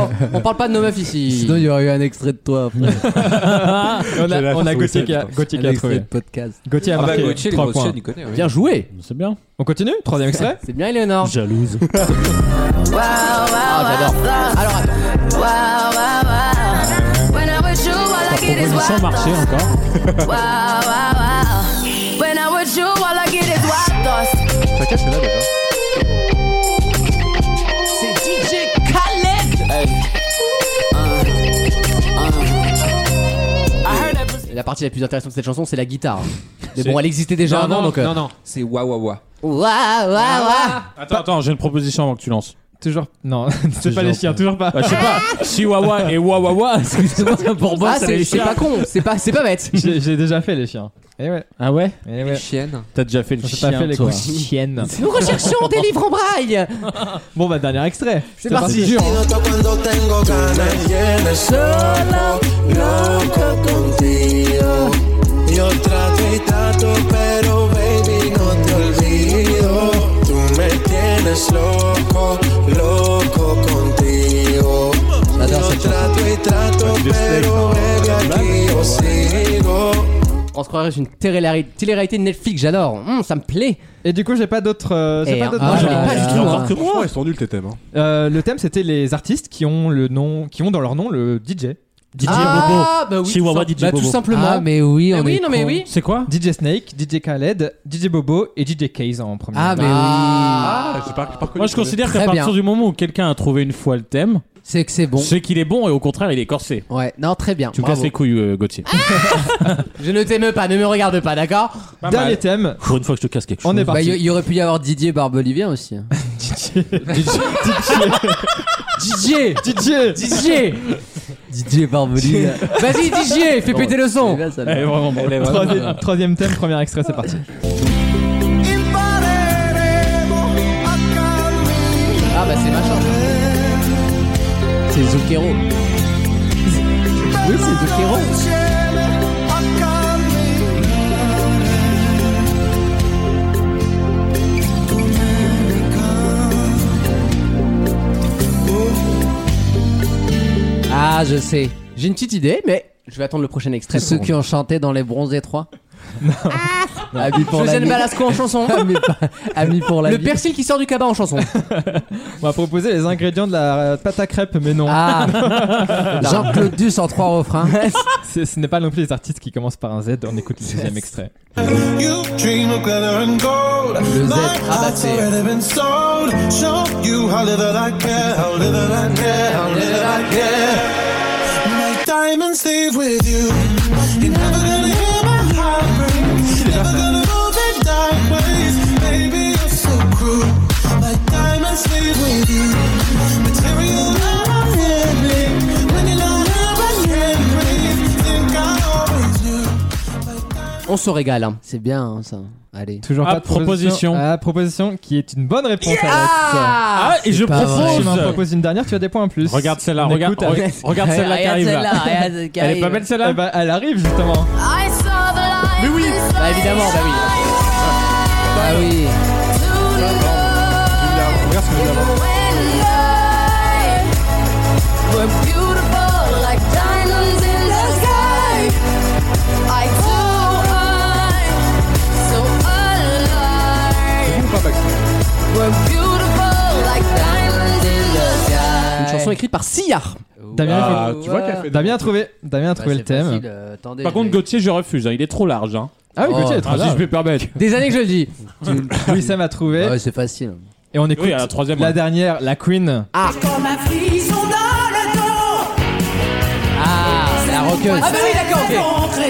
[SPEAKER 2] Oh On parle pas de nos meufs ici.
[SPEAKER 5] Sinon, il y aurait eu un extrait de <laughs> toi après.
[SPEAKER 6] On a, on a Gauthier qui a, Gauthier
[SPEAKER 5] un
[SPEAKER 6] qui a
[SPEAKER 5] extrait
[SPEAKER 6] trouvé.
[SPEAKER 5] de podcast.
[SPEAKER 6] Gauthier a marqué trois points.
[SPEAKER 2] Bien joué.
[SPEAKER 4] C'est bien.
[SPEAKER 6] On continue
[SPEAKER 2] <laughs>
[SPEAKER 6] Troisième extrait
[SPEAKER 2] C'est bien, Eleonore.
[SPEAKER 4] Jalouse.
[SPEAKER 2] Ah, j'adore.
[SPEAKER 11] When I'm with you, all I get is
[SPEAKER 4] Sans marcher encore.
[SPEAKER 11] wow, wow, wow. When I'm with you, all I get is wild thoughts.
[SPEAKER 2] C'est DJ Khaled. La partie la plus intéressante de cette chanson, c'est la guitare. Mais bon, elle existait déjà avant, donc. euh,
[SPEAKER 6] non, non.
[SPEAKER 12] C'est wa wa wa.
[SPEAKER 2] Ouah, ouah, ouah.
[SPEAKER 4] Attends, attends, j'ai une proposition avant que tu lances.
[SPEAKER 6] Toujours. Non, <laughs> c'est pas les chiens, toujours pas.
[SPEAKER 4] Bah, je sais pas. Chihuahua et Wawawa. Excusez-moi, pour moi,
[SPEAKER 2] Ah, <laughs>
[SPEAKER 4] c'est
[SPEAKER 2] c'est
[SPEAKER 4] les
[SPEAKER 2] c'est
[SPEAKER 4] chiens.
[SPEAKER 2] pas con, c'est pas, c'est pas
[SPEAKER 6] <laughs>
[SPEAKER 2] bête.
[SPEAKER 6] J'ai j'ai déjà fait les chiens. Eh ouais.
[SPEAKER 4] Ah ouais
[SPEAKER 6] Eh ouais.
[SPEAKER 12] Chienne.
[SPEAKER 4] T'as déjà fait le
[SPEAKER 6] J'ai pas
[SPEAKER 4] chien,
[SPEAKER 6] fait les
[SPEAKER 4] toi.
[SPEAKER 6] grosses
[SPEAKER 2] <laughs>
[SPEAKER 6] chiennes.
[SPEAKER 2] Nous recherchons des livres en braille.
[SPEAKER 6] Bon bah dernier extrait.
[SPEAKER 2] C'est parti.
[SPEAKER 6] Jure, hein.
[SPEAKER 8] Noto cuando tengo ganas y eres solo, loco contigo. Yo trato y trato, pero baby no te olvido. Tú me tienes loco, loco contigo. Yo trato y trato, pero baby aquí yo sigo.
[SPEAKER 2] On se croirait sur une télé- télé-réalité de Netflix, j'adore. Hum, ça me plaît.
[SPEAKER 6] Et du coup j'ai pas d'autres. euh, j'ai
[SPEAKER 2] Eh,
[SPEAKER 6] pas
[SPEAKER 2] hein.
[SPEAKER 6] d'autres
[SPEAKER 2] Ah,
[SPEAKER 6] noms.
[SPEAKER 2] j'en ai pas du tout, hein.
[SPEAKER 3] que moi. Ils sont nuls tes thèmes. hein.
[SPEAKER 6] Euh, le thème c'était les artistes qui ont le nom, qui ont dans leur nom le DJ.
[SPEAKER 7] DJ Bobo.
[SPEAKER 2] ah, bah oui,
[SPEAKER 7] Chihuahua
[SPEAKER 2] tout, sim-
[SPEAKER 7] DJ
[SPEAKER 2] bah, tout
[SPEAKER 7] Bobo.
[SPEAKER 2] simplement.
[SPEAKER 5] Ah, mais oui,
[SPEAKER 2] Ah
[SPEAKER 5] on
[SPEAKER 2] oui,
[SPEAKER 5] est
[SPEAKER 2] non mais
[SPEAKER 5] con.
[SPEAKER 2] oui.
[SPEAKER 4] C'est quoi
[SPEAKER 6] DJ Snake, DJ Khaled, DJ Bobo et DJ Kaze en premier.
[SPEAKER 5] Ah, mais
[SPEAKER 2] Ah.
[SPEAKER 3] Ah, j'ai pas- j'ai pas reconnu
[SPEAKER 4] Moi, je
[SPEAKER 3] le premier.
[SPEAKER 4] considère qu'à
[SPEAKER 5] Très
[SPEAKER 4] partir
[SPEAKER 5] bien.
[SPEAKER 4] du moment où quelqu'un a trouvé une fois le thème,
[SPEAKER 5] oui. C'est que c'est bon.
[SPEAKER 4] c'est qu'il est bon et au contraire, il est corsé.
[SPEAKER 5] Ouais, non, très bien.
[SPEAKER 4] Tu me
[SPEAKER 5] Bravo.
[SPEAKER 4] casses les couilles, euh, Gauthier.
[SPEAKER 2] Je ne t'aime pas, ne me regarde pas, d'accord
[SPEAKER 4] Pas
[SPEAKER 6] Dernier
[SPEAKER 4] mal.
[SPEAKER 6] thème.
[SPEAKER 7] Pour une fois que je te casse quelque chose.
[SPEAKER 6] On est
[SPEAKER 5] Bah,
[SPEAKER 6] parti.
[SPEAKER 5] il y- il y aurait pu y avoir Didier Barbelivien aussi. hein.
[SPEAKER 2] Didier
[SPEAKER 6] <laughs> DJ.
[SPEAKER 2] Didier
[SPEAKER 5] Didier Barbelivien.
[SPEAKER 2] Vas-y Didier, fais péter le son
[SPEAKER 5] Là, ça
[SPEAKER 4] Elle est vraiment bonne.
[SPEAKER 6] Troisième, troisième thème, premier extrait,
[SPEAKER 4] <laughs>
[SPEAKER 6] c'est parti.
[SPEAKER 2] Ah bah c'est machin. C'est Zucchero. Oui, c'est Zucchero.
[SPEAKER 5] Ah, je sais.
[SPEAKER 2] J'ai une petite idée, mais je vais attendre le prochain extrait.
[SPEAKER 5] Tous ceux qui ont chanté dans les Bronzés 3.
[SPEAKER 2] Ah.
[SPEAKER 5] Non. Amis pour la
[SPEAKER 2] Josène
[SPEAKER 5] nuit.
[SPEAKER 2] Balasco en chanson.
[SPEAKER 5] Amis pa- Amis pour la
[SPEAKER 2] Le
[SPEAKER 5] vie.
[SPEAKER 2] persil qui sort du cabas en chanson.
[SPEAKER 6] On va proposer les ingrédients de la euh, pâte à crêpes, mais non.
[SPEAKER 5] Ah
[SPEAKER 2] <laughs>
[SPEAKER 5] Jean-Claude Duss en trois refrains.
[SPEAKER 6] C'est- Ce n'est pas non plus les artistes qui commencent par un Z. On écoute le deuxième extrait.
[SPEAKER 4] Bah,
[SPEAKER 8] You dream of glitter and gold.
[SPEAKER 5] Le Z.
[SPEAKER 8] My
[SPEAKER 5] Ah bah
[SPEAKER 8] heart's
[SPEAKER 5] c'est.
[SPEAKER 8] already been sold. Show you how little I care, how little I care, how little I care. My time
[SPEAKER 5] time and stay with you. You're never gonna hear my heart break. You're never gonna move in dark ways. Baby, you're so cruel. My time and stay with you. Material that I can't make. When you're not here, I can't breathe. Think I always knew.
[SPEAKER 11] On se régale. hein.
[SPEAKER 2] C'est bien hein, ça. Allez.
[SPEAKER 6] Toujours
[SPEAKER 4] Ah,
[SPEAKER 6] pas de proposition.
[SPEAKER 4] proposition.
[SPEAKER 6] Ah, proposition qui est une bonne réponse. Alex.
[SPEAKER 4] Ah, et je
[SPEAKER 2] pas
[SPEAKER 6] Si tu m'en
[SPEAKER 4] propose.
[SPEAKER 6] proposes une dernière, tu as des points en plus.
[SPEAKER 4] Regarde celle-là,
[SPEAKER 6] On
[SPEAKER 4] regarde,
[SPEAKER 6] écoute avec-
[SPEAKER 4] re- regarde celle-là qui arrive. là.
[SPEAKER 2] regarde
[SPEAKER 4] Elle est pas belle
[SPEAKER 6] Eh
[SPEAKER 4] celle-là
[SPEAKER 6] ben, elle arrive justement.
[SPEAKER 13] I saw the light.
[SPEAKER 4] Mais oui.
[SPEAKER 11] Bah évidemment, bah oui.
[SPEAKER 2] Ah oui.
[SPEAKER 10] Regarde ce que j'ai avant.
[SPEAKER 11] Une chanson écrite par Sillard.
[SPEAKER 2] bah
[SPEAKER 6] Damien,
[SPEAKER 10] Ah,
[SPEAKER 6] il faut-
[SPEAKER 10] tu vois qu'elle fait.
[SPEAKER 6] Damien a trouvé, Damien a trouvé le thème.
[SPEAKER 4] Par contre, Gauthier, je refuse. hein, Il est trop large. hein.
[SPEAKER 6] Ah oui,
[SPEAKER 2] Oh.
[SPEAKER 6] Gauthier est
[SPEAKER 4] Ah,
[SPEAKER 6] très
[SPEAKER 4] si je
[SPEAKER 6] large.
[SPEAKER 4] peux <laughs> permettre.
[SPEAKER 11] Des années que je le dis.
[SPEAKER 6] Oui, Sam a trouvé.
[SPEAKER 5] Bah,
[SPEAKER 2] Ouais, c'est facile.
[SPEAKER 6] Et on écoute
[SPEAKER 4] Oui, à la troisième.
[SPEAKER 6] la dernière, la Queen.
[SPEAKER 14] Quand ma frise, on a le dos.
[SPEAKER 11] Ah, la roqueuse. Ah bah oui, d'accord, ok.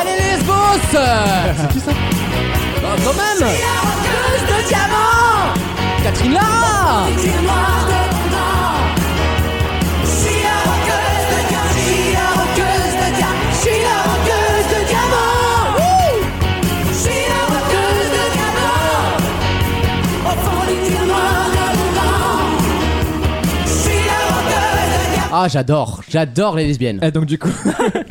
[SPEAKER 11] Allez, les boss C'est qui ça
[SPEAKER 2] Ah,
[SPEAKER 11] Bah, quand même
[SPEAKER 14] Plus de diamants.
[SPEAKER 11] Catherine Lara
[SPEAKER 14] Tire noir de pendant. Je suis la roqueuse de diamants. Je suis la roqueuse de diamants. Je suis la roqueuse de diamants. Je suis la roqueuse de diamants. Au fond du tiroir de pendant. Je suis la roqueuse de diamants.
[SPEAKER 11] Ah, j'adore, j'adore les lesbiennes.
[SPEAKER 6] Et donc du coup,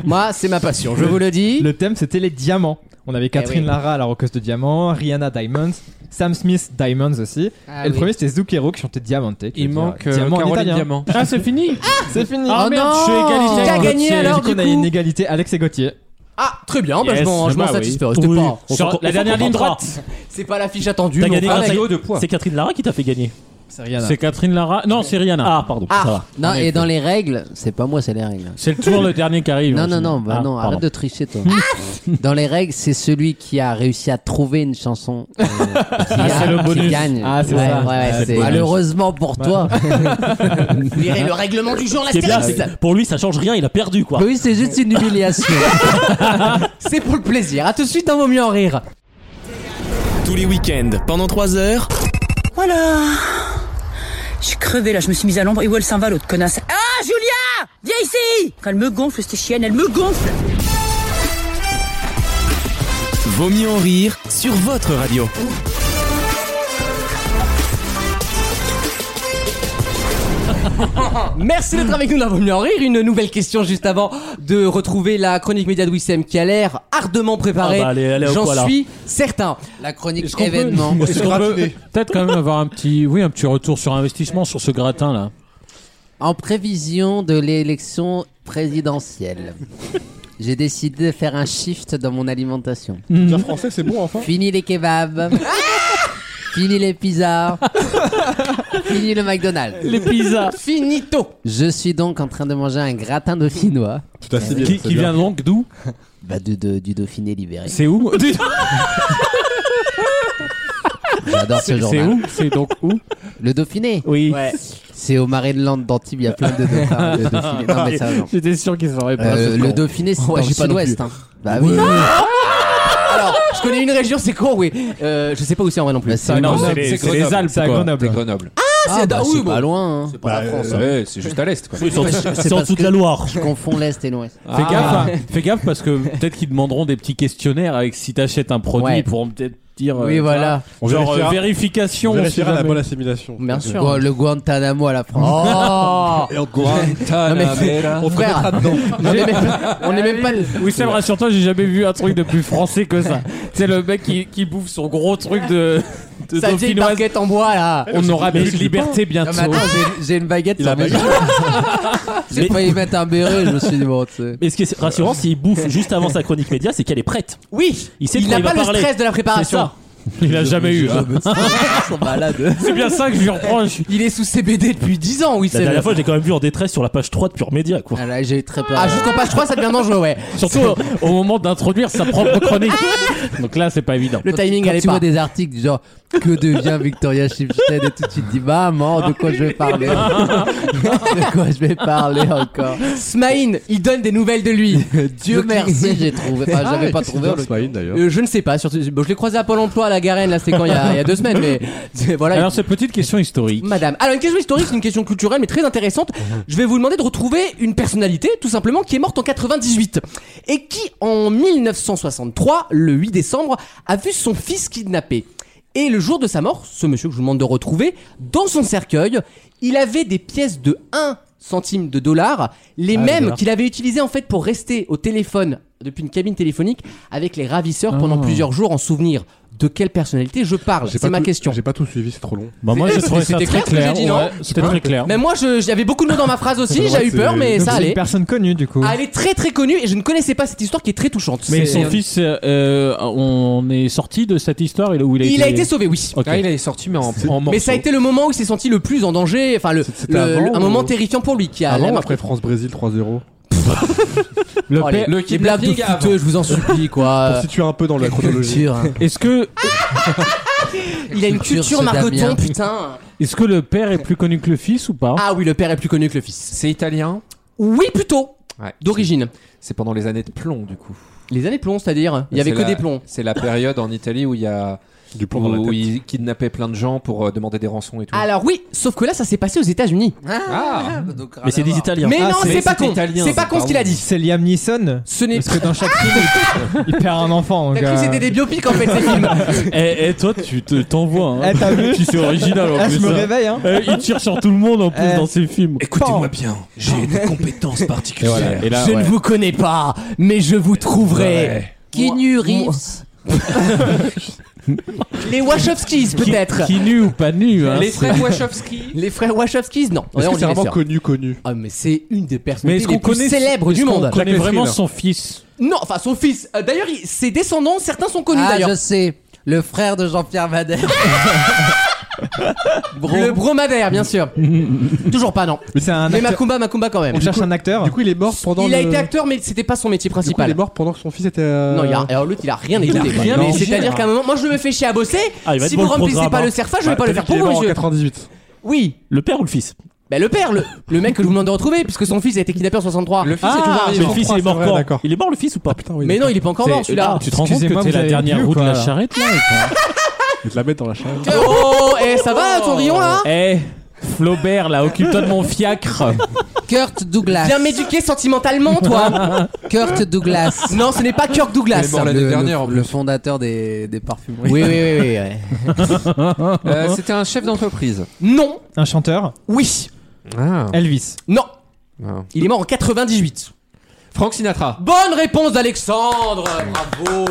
[SPEAKER 11] Moi, c'est ma passion, je vous le dis.
[SPEAKER 6] le thème c'était les diamants. On avait Catherine
[SPEAKER 11] oui.
[SPEAKER 6] Lara à la roqueuse de diamants, Rihanna Diamonds, Sam Smith Diamonds aussi. et le premier c'était Zucchero qui chantait Diamante. qui veut
[SPEAKER 4] Il
[SPEAKER 6] dire
[SPEAKER 4] manque euh,
[SPEAKER 6] diamant en
[SPEAKER 4] Caroline
[SPEAKER 6] italien.
[SPEAKER 4] Diamant. Ah, c'est fini
[SPEAKER 6] <laughs> C'est fini.
[SPEAKER 4] Ah, merde,
[SPEAKER 11] non
[SPEAKER 4] je suis égalité.
[SPEAKER 11] Qui a
[SPEAKER 4] avec
[SPEAKER 11] gagné
[SPEAKER 4] Gauthier.
[SPEAKER 11] alors
[SPEAKER 6] Du coup, on a une égalité Alex et Gauthier.
[SPEAKER 11] Ah, très bien, bah, je
[SPEAKER 4] Yes,
[SPEAKER 11] m'en- je
[SPEAKER 4] bah
[SPEAKER 11] m'en
[SPEAKER 4] oui.
[SPEAKER 11] satisfais. C'était
[SPEAKER 15] Oui.
[SPEAKER 11] pas-
[SPEAKER 15] Sur-
[SPEAKER 11] on s'en-
[SPEAKER 15] la
[SPEAKER 11] on
[SPEAKER 15] dernière
[SPEAKER 11] s'en
[SPEAKER 15] ligne
[SPEAKER 11] contentera.
[SPEAKER 15] droite.
[SPEAKER 11] C'est pas l'affiche attendue.
[SPEAKER 15] T'as
[SPEAKER 11] mais
[SPEAKER 15] gagné
[SPEAKER 11] enfin,
[SPEAKER 15] grâce à-
[SPEAKER 11] mais-
[SPEAKER 15] C'est Catherine Lara qui t'a fait gagner.
[SPEAKER 6] C'est Rihanna.
[SPEAKER 4] C'est Catherine Lara. Non, c'est Rihanna.
[SPEAKER 15] Ah, pardon.
[SPEAKER 11] Ah.
[SPEAKER 15] Ça va.
[SPEAKER 2] Non, et dans les règles, c'est pas moi, c'est les règles.
[SPEAKER 4] C'est toujours le dernier qui arrive.
[SPEAKER 2] Non,
[SPEAKER 4] en
[SPEAKER 2] non, non,
[SPEAKER 4] général.
[SPEAKER 2] bah
[SPEAKER 4] Ah,
[SPEAKER 2] non,
[SPEAKER 4] pardon.
[SPEAKER 2] arrête de tricher, toi. Dans les règles, c'est celui qui a réussi à trouver une chanson euh, qui, a-
[SPEAKER 4] Ah, c'est le
[SPEAKER 2] qui
[SPEAKER 4] bonus.
[SPEAKER 2] gagne.
[SPEAKER 6] Ah, c'est
[SPEAKER 2] Ouais,
[SPEAKER 6] ça.
[SPEAKER 2] ouais, ouais,
[SPEAKER 6] Ah, c'est
[SPEAKER 2] c'est-
[SPEAKER 6] le bonus.
[SPEAKER 2] Malheureusement pour toi.
[SPEAKER 11] <laughs> Vous lirez le règlement du jour,
[SPEAKER 15] Ce qui est bien,
[SPEAKER 11] l'astérix
[SPEAKER 15] c'est que pour lui, ça change rien, il a perdu quoi.
[SPEAKER 2] Bah oui, c'est juste une humiliation.
[SPEAKER 11] <laughs> C'est pour le plaisir. À tout de suite dans Vaut mieux en rire.
[SPEAKER 1] Tous les week-ends, pendant 3 heures,
[SPEAKER 16] Voilà. Je suis crevée là, je me suis mise à l'ombre. Et où elle s'en va l'autre connasse Ah, Julia Viens ici Quand elle me gonfle, cette chienne, elle me gonfle
[SPEAKER 1] Vaut mieux en rire sur votre radio.
[SPEAKER 11] Merci d'être avec nous dans Vaut mieux en rire. Une nouvelle question juste avant de retrouver la chronique média de Wissem qui a l'air ardemment préparée.
[SPEAKER 15] Ah bah, elle est- elle est au
[SPEAKER 11] J'en
[SPEAKER 15] quoi, là
[SPEAKER 11] suis certain.
[SPEAKER 2] La chronique
[SPEAKER 4] Est-ce qu'on peut- <laughs>
[SPEAKER 2] événement.
[SPEAKER 4] Est-ce qu'on peut peut-être quand même avoir un petit, oui, un petit retour sur investissement sur ce gratin là
[SPEAKER 2] En prévision de l'élection présidentielle, j'ai décidé de faire un shift dans mon alimentation.
[SPEAKER 10] Bien français, Mm. c'est bon enfin.
[SPEAKER 2] Fini les kebabs.
[SPEAKER 11] <laughs>
[SPEAKER 2] Fini les pizzas. Fini le McDonald's.
[SPEAKER 4] Les pizzas
[SPEAKER 11] Finito.
[SPEAKER 2] Je suis donc en train de manger un gratin dauphinois.
[SPEAKER 10] Tout à fait bien.
[SPEAKER 4] qui,
[SPEAKER 10] c'est
[SPEAKER 4] qui
[SPEAKER 10] bien.
[SPEAKER 4] vient donc d'où
[SPEAKER 2] Bah, du, de- du Dauphiné libéré.
[SPEAKER 4] C'est où
[SPEAKER 2] J'adore ce
[SPEAKER 4] <laughs> C'est
[SPEAKER 2] journal.
[SPEAKER 4] où C'est donc où
[SPEAKER 2] Le Dauphiné
[SPEAKER 4] Oui.
[SPEAKER 2] C'est au marais de Lande d'Antibes, il y a plein de <laughs> dauphins. le Dauphiné. Non, mais sérieusement.
[SPEAKER 4] J'étais sûr qu'ils auraient pas.
[SPEAKER 2] Euh,
[SPEAKER 4] ce
[SPEAKER 2] le
[SPEAKER 4] con.
[SPEAKER 2] Dauphiné, c'est
[SPEAKER 11] Ouais,
[SPEAKER 2] dans le
[SPEAKER 11] j'ai pas non
[SPEAKER 2] sud-ouest.
[SPEAKER 11] plus.
[SPEAKER 2] hein. Bah oui. <laughs>
[SPEAKER 11] Alors, je connais une région, c'est con, oui. Euh, je sais pas où c'est en vrai non plus.
[SPEAKER 2] Bah, c'est
[SPEAKER 4] Non,
[SPEAKER 6] Grenoble,
[SPEAKER 4] c'est les-
[SPEAKER 6] c'est
[SPEAKER 4] c'est les
[SPEAKER 6] Grenoble,
[SPEAKER 4] Alpes.
[SPEAKER 6] c'est à
[SPEAKER 4] quoi.
[SPEAKER 6] Grenoble.
[SPEAKER 2] Ah,
[SPEAKER 11] c'est-
[SPEAKER 2] bah,
[SPEAKER 11] ah, oui,
[SPEAKER 2] c'est
[SPEAKER 11] bon.
[SPEAKER 2] pas loin. hein.
[SPEAKER 10] Bah, ouais, c'est juste à l'est quoi.
[SPEAKER 15] Oui, C'est en- c'est en
[SPEAKER 2] parce
[SPEAKER 15] dessous de
[SPEAKER 2] que-
[SPEAKER 15] la Loire.
[SPEAKER 2] Je confonds l'est et l'ouest.
[SPEAKER 4] Fais gaffe, hein. fais gaffe parce que peut-être qu'ils demanderont des petits questionnaires avec si t'achètes un produit,
[SPEAKER 2] Ouais.
[SPEAKER 4] ils pourront peut-être dire. euh,
[SPEAKER 2] Oui, voilà.
[SPEAKER 4] ça. Genre
[SPEAKER 10] vérifiera-
[SPEAKER 4] euh, vérification.
[SPEAKER 10] On
[SPEAKER 4] si
[SPEAKER 10] vérifiera la
[SPEAKER 4] jamais.
[SPEAKER 10] bonne assimilation.
[SPEAKER 11] Bien
[SPEAKER 2] Le,
[SPEAKER 11] sûr.
[SPEAKER 2] Gu- le Guantanamo à la France. <laughs>
[SPEAKER 11] Oh
[SPEAKER 10] Et Guantanamera.
[SPEAKER 11] On frère, on est même, on est même pas.
[SPEAKER 4] Oui, Sam, rassure-toi, j'ai jamais vu un truc de plus français que ça. <laughs> C'est le mec qui, qui bouffe son gros truc de, de
[SPEAKER 11] Ça vieille
[SPEAKER 4] dauphinoise.
[SPEAKER 11] barquette en bois là.
[SPEAKER 4] On aura plus de liberté
[SPEAKER 2] Non,
[SPEAKER 4] bientôt.
[SPEAKER 2] mais
[SPEAKER 16] Ah
[SPEAKER 2] attends, j'ai- j'ai une baguette
[SPEAKER 10] Il a
[SPEAKER 2] sans
[SPEAKER 10] pas
[SPEAKER 2] mes J'ai failli mettre un béret, je me suis dit, bon, tu sais.
[SPEAKER 15] Mais ce qui est rassurant, s'il bouffe juste avant sa chronique média, c'est qu'elle est prête.
[SPEAKER 11] Oui,
[SPEAKER 15] Il sait de
[SPEAKER 11] il
[SPEAKER 15] quoi
[SPEAKER 11] n'a
[SPEAKER 15] il va
[SPEAKER 11] pas le
[SPEAKER 15] parler.
[SPEAKER 11] stress de la
[SPEAKER 2] ah,
[SPEAKER 15] C'est
[SPEAKER 11] préparation.
[SPEAKER 15] ça.
[SPEAKER 4] Il a jamais eu. hein.
[SPEAKER 7] C'est bien ça que je lui reproche.
[SPEAKER 2] Il est sous CBD depuis 10 ans, oui,
[SPEAKER 7] La
[SPEAKER 2] c'est
[SPEAKER 7] dernière
[SPEAKER 2] vrai.
[SPEAKER 7] fois, j'ai quand même vu en détresse sur la page 3 de Pure Média, quoi.
[SPEAKER 5] Ah là, j'ai eu très peur.
[SPEAKER 2] Ah, jusqu'en page 3, ça devient dangereux, ouais.
[SPEAKER 4] Surtout au, au moment d'introduire sa propre chronique. Donc là, c'est pas évident.
[SPEAKER 2] Le timing,
[SPEAKER 5] Quand
[SPEAKER 2] elle est
[SPEAKER 5] tu
[SPEAKER 2] pas.
[SPEAKER 5] vois des articles du genre que devient Victoria Shipstead et tout de suite dis Bah, maman de quoi je vais parler de quoi je vais parler encore
[SPEAKER 2] Smaïn, il donne des nouvelles de lui.
[SPEAKER 5] <laughs>
[SPEAKER 2] Ah,
[SPEAKER 5] Dieu merci j'ai trouvé
[SPEAKER 2] <laughs>
[SPEAKER 5] Ah, enfin j'avais pas trouvé en l'occurrence.
[SPEAKER 3] d'ailleurs.
[SPEAKER 2] Euh, je ne sais pas, surtout, bon, je l'ai croisé à Pôle emploi à la Garenne, là, c'était quand il y, a, il y a deux semaines, mais c'est- voilà.
[SPEAKER 4] Alors, cette petite question historique.
[SPEAKER 2] Madame. Alors, une question historique, c'est une question culturelle, mais très intéressante.
[SPEAKER 10] Mhm.
[SPEAKER 2] Je vais vous demander de retrouver une personnalité, tout simplement, qui est morte en 98 et qui, en 1963, le 8 décembre, a vu son fils kidnappé. Et le jour de sa mort, ce monsieur que je vous demande de retrouver, dans son cercueil, il avait des pièces de 1 centime de dollar,
[SPEAKER 10] Ah,
[SPEAKER 2] les mêmes
[SPEAKER 7] dollar.
[SPEAKER 2] qu'il avait utilisées en fait pour rester au téléphone depuis une cabine téléphonique avec les ravisseurs pendant plusieurs jours en souvenir. De quelle personnalité je parle
[SPEAKER 10] Ah. J'ai
[SPEAKER 2] C'est
[SPEAKER 10] pas
[SPEAKER 2] ma
[SPEAKER 10] tout-
[SPEAKER 2] question.
[SPEAKER 10] J'ai pas tout suivi, c'est trop long.
[SPEAKER 4] Bah, moi, j'ai
[SPEAKER 2] C'était-
[SPEAKER 4] trouvé ça
[SPEAKER 2] c'était
[SPEAKER 4] très
[SPEAKER 2] clair ce que j'ai
[SPEAKER 4] clair.
[SPEAKER 2] dit, non
[SPEAKER 4] ouais, C'était très clair.
[SPEAKER 2] mais moi, je- j'avais beaucoup de mots dans ma phrase aussi, j'ai eu peur, mais
[SPEAKER 6] Donc,
[SPEAKER 2] ça
[SPEAKER 6] c'est
[SPEAKER 2] allait.
[SPEAKER 6] une personne connue du coup.
[SPEAKER 2] Ah, elle est très très connue et je ne connaissais pas cette histoire qui est très touchante.
[SPEAKER 4] Mais
[SPEAKER 2] C'est-
[SPEAKER 4] son fils, euh, euh, on est sorti de cette histoire et où il a été.
[SPEAKER 2] il a été sauvé, oui.
[SPEAKER 4] Ok.
[SPEAKER 5] Ah, il est sorti mais en, en
[SPEAKER 2] Mais ça a été le moment où il s'est senti le plus en danger, enfin le,
[SPEAKER 10] C'était
[SPEAKER 2] le-
[SPEAKER 10] avant
[SPEAKER 2] le- un
[SPEAKER 10] ou-
[SPEAKER 2] moment terrifiant pour lui
[SPEAKER 17] Ah,
[SPEAKER 2] qui a
[SPEAKER 10] Avant
[SPEAKER 2] la
[SPEAKER 10] ou
[SPEAKER 2] marque-
[SPEAKER 10] après France-Brésil 3-0
[SPEAKER 17] Euh,
[SPEAKER 4] Le
[SPEAKER 2] Oh,
[SPEAKER 4] père-
[SPEAKER 2] les, les blagues de
[SPEAKER 5] kidnapping
[SPEAKER 2] fouteux, je vous en supplie
[SPEAKER 10] <laughs> Pour
[SPEAKER 2] quoi.
[SPEAKER 10] situer un peu dans la chronologie.
[SPEAKER 5] culture hein.
[SPEAKER 4] Est-ce que,
[SPEAKER 2] Il a une
[SPEAKER 5] Culture,
[SPEAKER 2] culture
[SPEAKER 5] ce Damien.
[SPEAKER 2] margoton, putain.
[SPEAKER 4] est-ce que le père est plus connu que le fils ou pas
[SPEAKER 2] Ah oui, le père est plus connu que le fils.
[SPEAKER 17] C'est italien
[SPEAKER 2] Oui, plutôt.
[SPEAKER 17] Ouais.
[SPEAKER 2] D'origine.
[SPEAKER 17] C'est pendant les années de plomb, du coup.
[SPEAKER 2] Les années plombs, c'est-à-dire, il y avait
[SPEAKER 17] C'est
[SPEAKER 2] que
[SPEAKER 17] la-
[SPEAKER 2] des plombs.
[SPEAKER 17] C'est la période en Italie où il y a.
[SPEAKER 10] Du plomb dans la
[SPEAKER 17] où
[SPEAKER 10] tête.
[SPEAKER 17] ils kidnappaient plein de gens pour euh, demander des rançons et tout.
[SPEAKER 2] Alors oui, sauf que là, ça s'est passé aux États-Unis.
[SPEAKER 17] Ah
[SPEAKER 5] Donc, rien
[SPEAKER 7] Mais c'est
[SPEAKER 5] à
[SPEAKER 7] des
[SPEAKER 5] voir.
[SPEAKER 7] Italiens.
[SPEAKER 2] Mais
[SPEAKER 17] Ah,
[SPEAKER 2] non,
[SPEAKER 17] c'est-
[SPEAKER 2] c'est pas
[SPEAKER 17] c'était
[SPEAKER 2] con.
[SPEAKER 17] italien,
[SPEAKER 2] C'est pas
[SPEAKER 17] ça,
[SPEAKER 2] con ce qu'il a dit.
[SPEAKER 6] C'est Liam Neeson.
[SPEAKER 2] Ce n'est
[SPEAKER 6] Parce que dans chaque film, il- il perd un enfant. donc,
[SPEAKER 2] T'as cru
[SPEAKER 6] euh,
[SPEAKER 2] que c'était des biopics en fait ces films.
[SPEAKER 4] Et, Eh, toi, tu te- t'envoies. Hein.
[SPEAKER 2] Ah,
[SPEAKER 6] Eh, t'as vu
[SPEAKER 4] Tu es original en
[SPEAKER 6] Ah, je
[SPEAKER 4] plus.
[SPEAKER 6] me
[SPEAKER 4] hein.
[SPEAKER 6] réveille, hein.
[SPEAKER 4] Eh, il tire sur tout le monde en plus
[SPEAKER 6] Eh.
[SPEAKER 4] dans ses films.
[SPEAKER 6] Pan.
[SPEAKER 1] bien, j'ai des compétences particulières.
[SPEAKER 4] Et là,
[SPEAKER 2] je
[SPEAKER 4] Ah, ouais.
[SPEAKER 2] ne vous connais pas, mais je vous trouverai.
[SPEAKER 5] Keanu
[SPEAKER 2] Ah,
[SPEAKER 5] Reeves
[SPEAKER 2] Les Wachowskis peut-être.
[SPEAKER 4] Qui nu ou pas nu hein,
[SPEAKER 17] Les
[SPEAKER 4] c'est-
[SPEAKER 17] frères Wachowski
[SPEAKER 2] <laughs> Les frères Wachowskis, non.
[SPEAKER 10] Est-ce
[SPEAKER 2] Ouais,
[SPEAKER 10] que
[SPEAKER 2] on
[SPEAKER 10] c'est
[SPEAKER 2] dirait
[SPEAKER 10] vraiment
[SPEAKER 2] ça.
[SPEAKER 10] connu, connu
[SPEAKER 2] Ah mais c'est une des
[SPEAKER 4] Mais
[SPEAKER 2] personnalités
[SPEAKER 4] est-ce
[SPEAKER 2] les
[SPEAKER 4] qu'on
[SPEAKER 2] plus
[SPEAKER 4] connaît
[SPEAKER 2] célèbres du monde.
[SPEAKER 4] On connaît
[SPEAKER 10] Jacques
[SPEAKER 4] vraiment
[SPEAKER 10] Lefrine.
[SPEAKER 4] son fils.
[SPEAKER 2] Non, enfin son fils. Euh, D'ailleurs, il- ses descendants, certains sont connus
[SPEAKER 5] ah
[SPEAKER 2] d'ailleurs.
[SPEAKER 5] je sais le frère de Jean-Pierre Madère
[SPEAKER 2] Le Bromadaire, bien sûr. Toujours pas non.
[SPEAKER 6] Mais c'est un
[SPEAKER 2] Mais
[SPEAKER 6] acteur-
[SPEAKER 2] Macumba, Macumba quand même.
[SPEAKER 6] Ah, bah, On cherche un acteur.
[SPEAKER 10] Du coup, il est mort pendant.
[SPEAKER 2] Il a
[SPEAKER 10] le-
[SPEAKER 2] été acteur, mais c'était pas son métier
[SPEAKER 10] Du coup, il est
[SPEAKER 2] principal.
[SPEAKER 10] mort pendant que son fils était. euh,
[SPEAKER 2] Non, il y a, alors l'autre il a rien
[SPEAKER 7] Il a
[SPEAKER 2] écouté.
[SPEAKER 7] rien
[SPEAKER 2] Mais
[SPEAKER 7] mangé,
[SPEAKER 2] c'est-à-dire
[SPEAKER 7] hein.
[SPEAKER 2] qu'à un moment, moi je me fais chier à bosser.
[SPEAKER 7] Ah, il va
[SPEAKER 2] si
[SPEAKER 7] être bon
[SPEAKER 2] vous
[SPEAKER 7] le
[SPEAKER 2] remplissez
[SPEAKER 7] programme,
[SPEAKER 2] pas
[SPEAKER 7] hein.
[SPEAKER 2] le serfa, je vais
[SPEAKER 10] bah,
[SPEAKER 2] pas le
[SPEAKER 10] t'as
[SPEAKER 2] faire
[SPEAKER 10] dit
[SPEAKER 2] pour
[SPEAKER 10] qu'il est
[SPEAKER 2] vous,
[SPEAKER 10] mort en
[SPEAKER 2] monsieur.
[SPEAKER 10] 98.
[SPEAKER 2] Oui,
[SPEAKER 7] Le père ou le fils
[SPEAKER 2] bah le père, le, le mec que je vous demande de retrouver, puisque son fils a été kidnappé en 63.
[SPEAKER 17] Le fils est
[SPEAKER 7] Ah,
[SPEAKER 17] toujours
[SPEAKER 7] mais
[SPEAKER 17] vivant.
[SPEAKER 7] le fils
[SPEAKER 10] crois,
[SPEAKER 7] il est
[SPEAKER 10] c'est
[SPEAKER 7] mort
[SPEAKER 10] vrai,
[SPEAKER 7] quand
[SPEAKER 10] d'accord.
[SPEAKER 7] Il est mort le fils ou
[SPEAKER 4] Ah,
[SPEAKER 7] pas
[SPEAKER 10] Putain, oui.
[SPEAKER 2] Mais non, il est pas encore mort celui-là.
[SPEAKER 4] Tu te rends compte
[SPEAKER 6] Excusez-moi,
[SPEAKER 4] que t'es
[SPEAKER 6] vous
[SPEAKER 4] la
[SPEAKER 6] avez
[SPEAKER 4] dernière
[SPEAKER 6] vu ou
[SPEAKER 4] roue de
[SPEAKER 6] quoi,
[SPEAKER 4] la
[SPEAKER 6] là
[SPEAKER 4] charrette là
[SPEAKER 10] Il te la mettre dans la chambre.
[SPEAKER 2] Oh, eh, ça va, Cendrillon, là
[SPEAKER 4] Eh, Flaubert là, occupe-toi de mon fiacre.
[SPEAKER 5] Kurt Douglas
[SPEAKER 2] Viens m'éduquer sentimentalement, toi
[SPEAKER 5] Kurt Douglas
[SPEAKER 2] Non, ce n'est pas Kirk
[SPEAKER 17] Il
[SPEAKER 2] Douglas
[SPEAKER 17] est mort l'année
[SPEAKER 5] le,
[SPEAKER 17] dernière,
[SPEAKER 5] le-
[SPEAKER 17] en
[SPEAKER 5] le fondateur des, des parfumeries
[SPEAKER 2] Oui, oui, oui, oui.
[SPEAKER 5] <laughs>
[SPEAKER 2] ouais.
[SPEAKER 17] Euh, C'était un chef d'entreprise.
[SPEAKER 2] Non,
[SPEAKER 6] Un chanteur.
[SPEAKER 2] oui,
[SPEAKER 17] Ah.
[SPEAKER 6] Elvis.
[SPEAKER 2] non.
[SPEAKER 17] Ah.
[SPEAKER 2] Il est mort en 98.
[SPEAKER 17] Frank Sinatra.
[SPEAKER 2] Bonne réponse d'Alexandre Bravo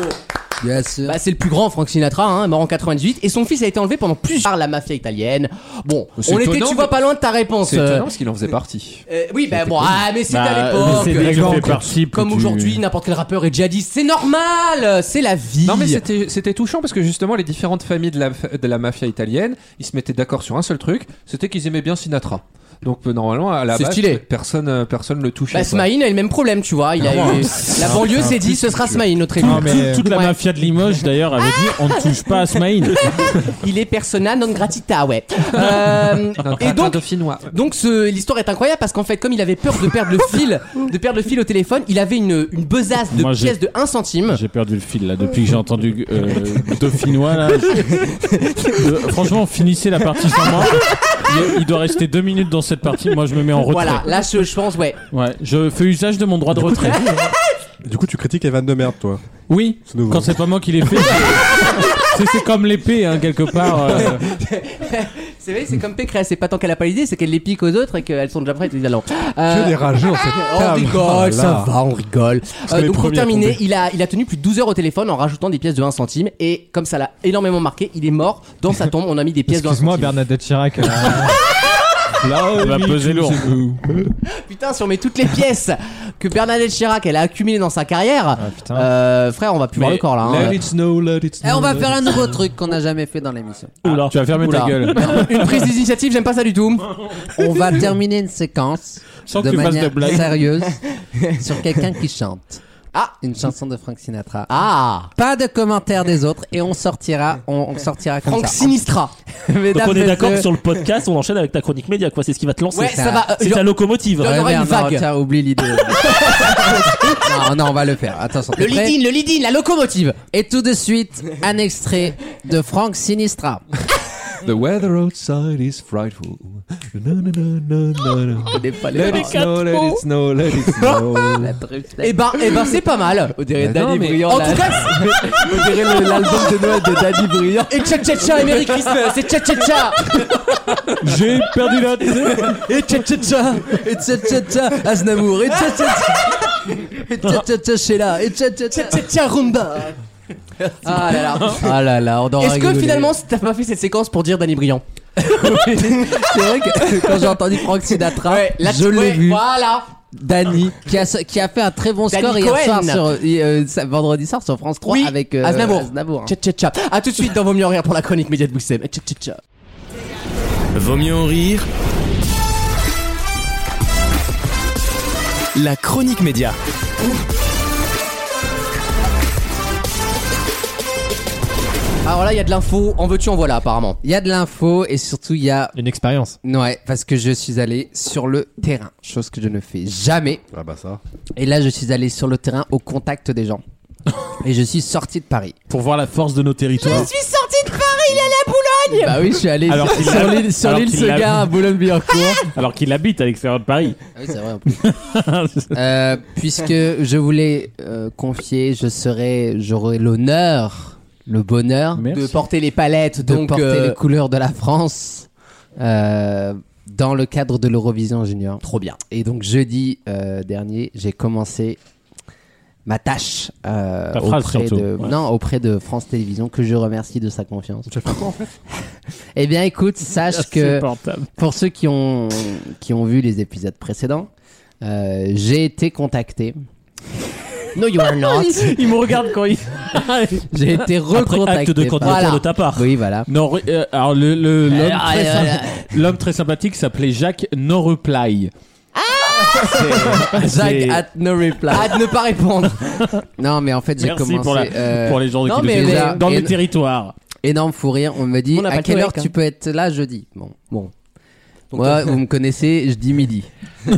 [SPEAKER 5] bien sûr
[SPEAKER 2] Bah, c'est le plus grand, Frank Sinatra, hein, mort en 98. Et son fils a été enlevé pendant plusieurs par la mafia italienne. Bon,
[SPEAKER 17] C'est
[SPEAKER 2] on était,
[SPEAKER 17] étonnant,
[SPEAKER 2] tu vois,
[SPEAKER 17] mais-
[SPEAKER 2] pas loin de ta réponse.
[SPEAKER 17] C'est
[SPEAKER 2] euh,
[SPEAKER 17] étonnant parce qu'il en faisait partie.
[SPEAKER 2] euh, oui, bah bon, ah, mais c'était à
[SPEAKER 4] Bah,
[SPEAKER 2] l'époque.
[SPEAKER 4] c'est
[SPEAKER 6] Comme
[SPEAKER 4] fait partie. plus
[SPEAKER 2] Comme
[SPEAKER 4] du-
[SPEAKER 2] aujourd'hui, n'importe quel rappeur est djihadiste. C'est normal C'est la vie Bah,
[SPEAKER 17] Non mais c'était c'était touchant parce que justement les différentes familles de la, de la mafia italienne, ils se mettaient d'accord sur un seul truc, c'était qu'ils aimaient bien Sinatra. Donc euh, normalement à la
[SPEAKER 2] C'est
[SPEAKER 17] base
[SPEAKER 2] stylé.
[SPEAKER 17] personne euh, personne le touchait.
[SPEAKER 2] Bah,
[SPEAKER 17] quoi.
[SPEAKER 2] Smaïn a eu le même problème, tu vois. Il a eu- La banlieue s'est dit, ce sera Smaïn, notre élu.
[SPEAKER 6] Non, mais-
[SPEAKER 4] Toute la
[SPEAKER 2] Ouais. Ah.
[SPEAKER 4] mafia de Limoges d'ailleurs avait dit on ne touche pas
[SPEAKER 2] <laughs>
[SPEAKER 4] à Smaïn.
[SPEAKER 2] Il est persona non gratita, ouais. Euh,
[SPEAKER 17] Notre
[SPEAKER 2] et donc,
[SPEAKER 17] dauphinois.
[SPEAKER 2] donc ce- l'histoire est incroyable parce qu'en fait, comme il avait peur de perdre le fil, de perdre le fil au téléphone, il avait une, une besace de
[SPEAKER 4] Moi, j'ai-
[SPEAKER 2] pièces de 1 centime.
[SPEAKER 4] Ah, J'ai perdu le fil là depuis que j'ai entendu euh, Dauphinois
[SPEAKER 2] <laughs>
[SPEAKER 4] là. Je- Euh, franchement, finissez la partie sans moi. Il, il doit rester deux minutes dans cette partie. Moi, je me mets en retrait.
[SPEAKER 2] Voilà, là je, je pense, ouais.
[SPEAKER 4] Ouais, je fais usage de
[SPEAKER 2] <laughs>
[SPEAKER 4] mon droit de retrait.
[SPEAKER 10] Du coup, tu critiques Evan de merde, toi.
[SPEAKER 4] Oui,
[SPEAKER 10] C'est nouveau.
[SPEAKER 4] quand c'est pas moi qui l'ai fait. c'est- c'est- C'est comme l'épée, hein, quelque part. euh,
[SPEAKER 2] C'est vrai, c'est comme Pécresse, c'est pas tant qu'elle a pas l'idée, c'est qu'elle les pique aux autres et qu'elles sont déjà prêtes, évidemment.
[SPEAKER 10] Que
[SPEAKER 2] Euh,
[SPEAKER 10] des
[SPEAKER 17] <laughs>
[SPEAKER 10] rageux en
[SPEAKER 2] On
[SPEAKER 17] Oh,
[SPEAKER 10] fait. Ah,
[SPEAKER 4] Oh
[SPEAKER 2] rigole, ça va, on rigole.
[SPEAKER 10] sont
[SPEAKER 2] Euh,
[SPEAKER 10] les
[SPEAKER 2] donc pour
[SPEAKER 10] premiers à
[SPEAKER 2] terminer,
[SPEAKER 10] tomber.
[SPEAKER 2] il a, il a tenu plus de 12 heures au téléphone en rajoutant des pièces de 1 centime et comme ça l'a énormément marqué, il est mort. Dans sa tombe, on a mis des pièces de 1
[SPEAKER 6] Excuse-moi
[SPEAKER 2] centime. <laughs>
[SPEAKER 6] Bernadette Chirac. euh,
[SPEAKER 4] Là, va peser lourd.
[SPEAKER 2] Putain, si on met toutes les pièces que Bernadette Chirac elle a accumulées dans sa
[SPEAKER 4] Ah,
[SPEAKER 2] carrière, euh, frère, on va plus voir le corps là. hein.
[SPEAKER 5] let it
[SPEAKER 7] snow, let it
[SPEAKER 5] Et Eh, on va faire un nouveau truc qu'on n'a jamais fait dans l'émission.
[SPEAKER 4] Ah, tu vas fermer ta
[SPEAKER 5] Oula.
[SPEAKER 4] gueule.
[SPEAKER 2] Une prise d'initiative, j'aime pas ça du tout.
[SPEAKER 5] On va terminer une séquence
[SPEAKER 4] Sans
[SPEAKER 5] de
[SPEAKER 4] que tu fasses
[SPEAKER 5] manière
[SPEAKER 4] de blagues. <laughs>
[SPEAKER 5] sérieuse sur quelqu'un qui chante. Ah, une chanson de Frank Sinatra.
[SPEAKER 2] Ah,
[SPEAKER 5] pas de commentaires des autres et on sortira, on, on sortira comme
[SPEAKER 2] Frank
[SPEAKER 5] ça.
[SPEAKER 2] Sinistra.
[SPEAKER 5] <laughs> Mesdames,
[SPEAKER 7] Donc on est d'accord que
[SPEAKER 5] messieurs.
[SPEAKER 7] sur le podcast, on enchaîne avec ta chronique média, quoi. C'est ce qui va te lancer.
[SPEAKER 5] Ouais, ça va, euh,
[SPEAKER 7] C'est
[SPEAKER 5] genre-
[SPEAKER 7] ta locomotive.
[SPEAKER 5] Ouais, merde, non, tiens, oublie l'idée. non, non, on va le faire. Attention.
[SPEAKER 2] Le lead-in, le
[SPEAKER 5] lead-in, la locomotive. Et tout de suite, un extrait de Frank Sinistra.
[SPEAKER 17] The weather outside is frightful. No, no, no, no, no, no. Let it snow, let it snow, let it snow.
[SPEAKER 2] Eh ben, eh ben, c'est pas mal. On dirait
[SPEAKER 17] Danny Briand,
[SPEAKER 2] En
[SPEAKER 17] là.
[SPEAKER 2] tout cas,
[SPEAKER 17] On dirait le- l'album
[SPEAKER 2] de Noël de Daddy Brillant. Et tcha tcha tcha et
[SPEAKER 5] <laughs>
[SPEAKER 2] Merry Christmas. Et tcha tcha tcha.
[SPEAKER 4] J'ai perdu la
[SPEAKER 2] Et tcha tcha tcha.
[SPEAKER 5] Et tcha tcha tcha, Aznavour. Et tcha tcha tcha. Et tcha tcha tcha, Sheila. Et tcha tcha tcha.
[SPEAKER 2] Tcha tcha rumba. Ah là là.
[SPEAKER 5] Ah là là, on aura
[SPEAKER 2] Est-ce que
[SPEAKER 5] rigolé.
[SPEAKER 2] finalement t'as pas fait cette séquence pour dire Danny Briand
[SPEAKER 5] C'est vrai que euh, quand j'ai entendu Frank Sinatra,
[SPEAKER 2] là,
[SPEAKER 5] je
[SPEAKER 2] tu-
[SPEAKER 5] l'ai
[SPEAKER 2] ouais,
[SPEAKER 5] vu.
[SPEAKER 2] Voilà.
[SPEAKER 5] Danny, qui a, qui a fait un très bon
[SPEAKER 2] Danny
[SPEAKER 5] score hier
[SPEAKER 2] Cohen.
[SPEAKER 5] soir sur, euh, sa- vendredi soir sur France 3
[SPEAKER 2] Oui,
[SPEAKER 5] avec euh,
[SPEAKER 2] Aznavour.
[SPEAKER 5] Aznavour.
[SPEAKER 2] Tcha tcha tcha. À tout de suite dans Vaut mieux en rire pour la chronique média de Boussem. Et Tcha tcha tcha.
[SPEAKER 1] Vaut mieux en rire. La chronique média.
[SPEAKER 2] Alors là, il y a de l'info. En veux-tu, en voilà apparemment.
[SPEAKER 5] Il y a de l'info et surtout il y a
[SPEAKER 6] une expérience.
[SPEAKER 5] Ouais, parce que je suis allé sur le terrain, chose que je ne fais jamais.
[SPEAKER 10] Ah bah ça.
[SPEAKER 5] Et là, je suis allé sur le terrain au contact
[SPEAKER 2] <laughs>
[SPEAKER 5] des gens. et je suis sorti de Paris.
[SPEAKER 4] Pour voir la force de nos territoires.
[SPEAKER 9] suis sorti de Paris, il est allé à Boulogne
[SPEAKER 5] Bah oui, je suis allé
[SPEAKER 4] Alors
[SPEAKER 5] sur-
[SPEAKER 4] qu'il
[SPEAKER 5] sur
[SPEAKER 4] l'a-
[SPEAKER 5] l'île sur
[SPEAKER 4] alors
[SPEAKER 5] l'île
[SPEAKER 4] qu'il l'a-
[SPEAKER 5] Seguin à Boulogne-Billancourt.
[SPEAKER 4] Alors qu'il habite à l'extérieur de
[SPEAKER 5] <laughs>
[SPEAKER 4] Paris.
[SPEAKER 5] Ah oui, c'est vrai en plus. Euh, puisque je voulais euh, confier, je serai, j'aurai l'honneur, le bonheur
[SPEAKER 2] De porter les palettes,
[SPEAKER 5] de
[SPEAKER 2] donc
[SPEAKER 5] porter
[SPEAKER 2] euh,
[SPEAKER 5] les couleurs de la France euh, dans le cadre de l'Eurovision Junior.
[SPEAKER 2] Trop bien.
[SPEAKER 5] Et donc jeudi euh, dernier, j'ai commencé ma tâche euh,
[SPEAKER 4] Ta phrase
[SPEAKER 5] auprès,
[SPEAKER 4] surtout,
[SPEAKER 5] de,
[SPEAKER 4] ouais.
[SPEAKER 5] non, auprès de France Télévisions, que je remercie de sa confiance.
[SPEAKER 10] Tu as fait quoi en fait
[SPEAKER 5] <laughs> Eh bien écoute,
[SPEAKER 4] Ah,
[SPEAKER 5] sache que
[SPEAKER 4] Insupportable.
[SPEAKER 5] pour ceux qui ont, qui ont vu les épisodes précédents, euh, j'ai été contacté. No, you
[SPEAKER 2] <laughs>
[SPEAKER 5] are not.
[SPEAKER 4] Il me regarde quand il.
[SPEAKER 5] J'ai été recontacté.
[SPEAKER 7] Après acte de
[SPEAKER 5] par-
[SPEAKER 7] candidature
[SPEAKER 5] Voilà.
[SPEAKER 7] de ta part.
[SPEAKER 5] Oui, voilà.
[SPEAKER 4] Non, re- euh, alors le- le- l'homme
[SPEAKER 5] Alors,
[SPEAKER 4] très,
[SPEAKER 5] euh,
[SPEAKER 4] sympa- l'homme très sympathique s'appelait Jacques No Reply.
[SPEAKER 5] Ah! Jacques
[SPEAKER 4] C'est-
[SPEAKER 5] at no reply.
[SPEAKER 2] à ne pas <laughs> répondre.
[SPEAKER 5] Non, mais en fait, j'ai
[SPEAKER 4] Merci
[SPEAKER 5] commencé.
[SPEAKER 4] pour, la-
[SPEAKER 5] euh,
[SPEAKER 4] pour les gens
[SPEAKER 2] non,
[SPEAKER 4] qui nous
[SPEAKER 2] mais-
[SPEAKER 4] écoutent
[SPEAKER 5] mais-
[SPEAKER 4] dans les
[SPEAKER 5] mais-
[SPEAKER 4] territoires.
[SPEAKER 5] Énorme fou rire. On me dit
[SPEAKER 2] On n'a pas
[SPEAKER 5] à
[SPEAKER 2] le
[SPEAKER 5] quelle heure
[SPEAKER 2] correct, hein.
[SPEAKER 5] tu peux être là jeudi. Bon,
[SPEAKER 2] Bon.
[SPEAKER 5] moi, vous me connaissez, je dis midi.
[SPEAKER 2] <laughs>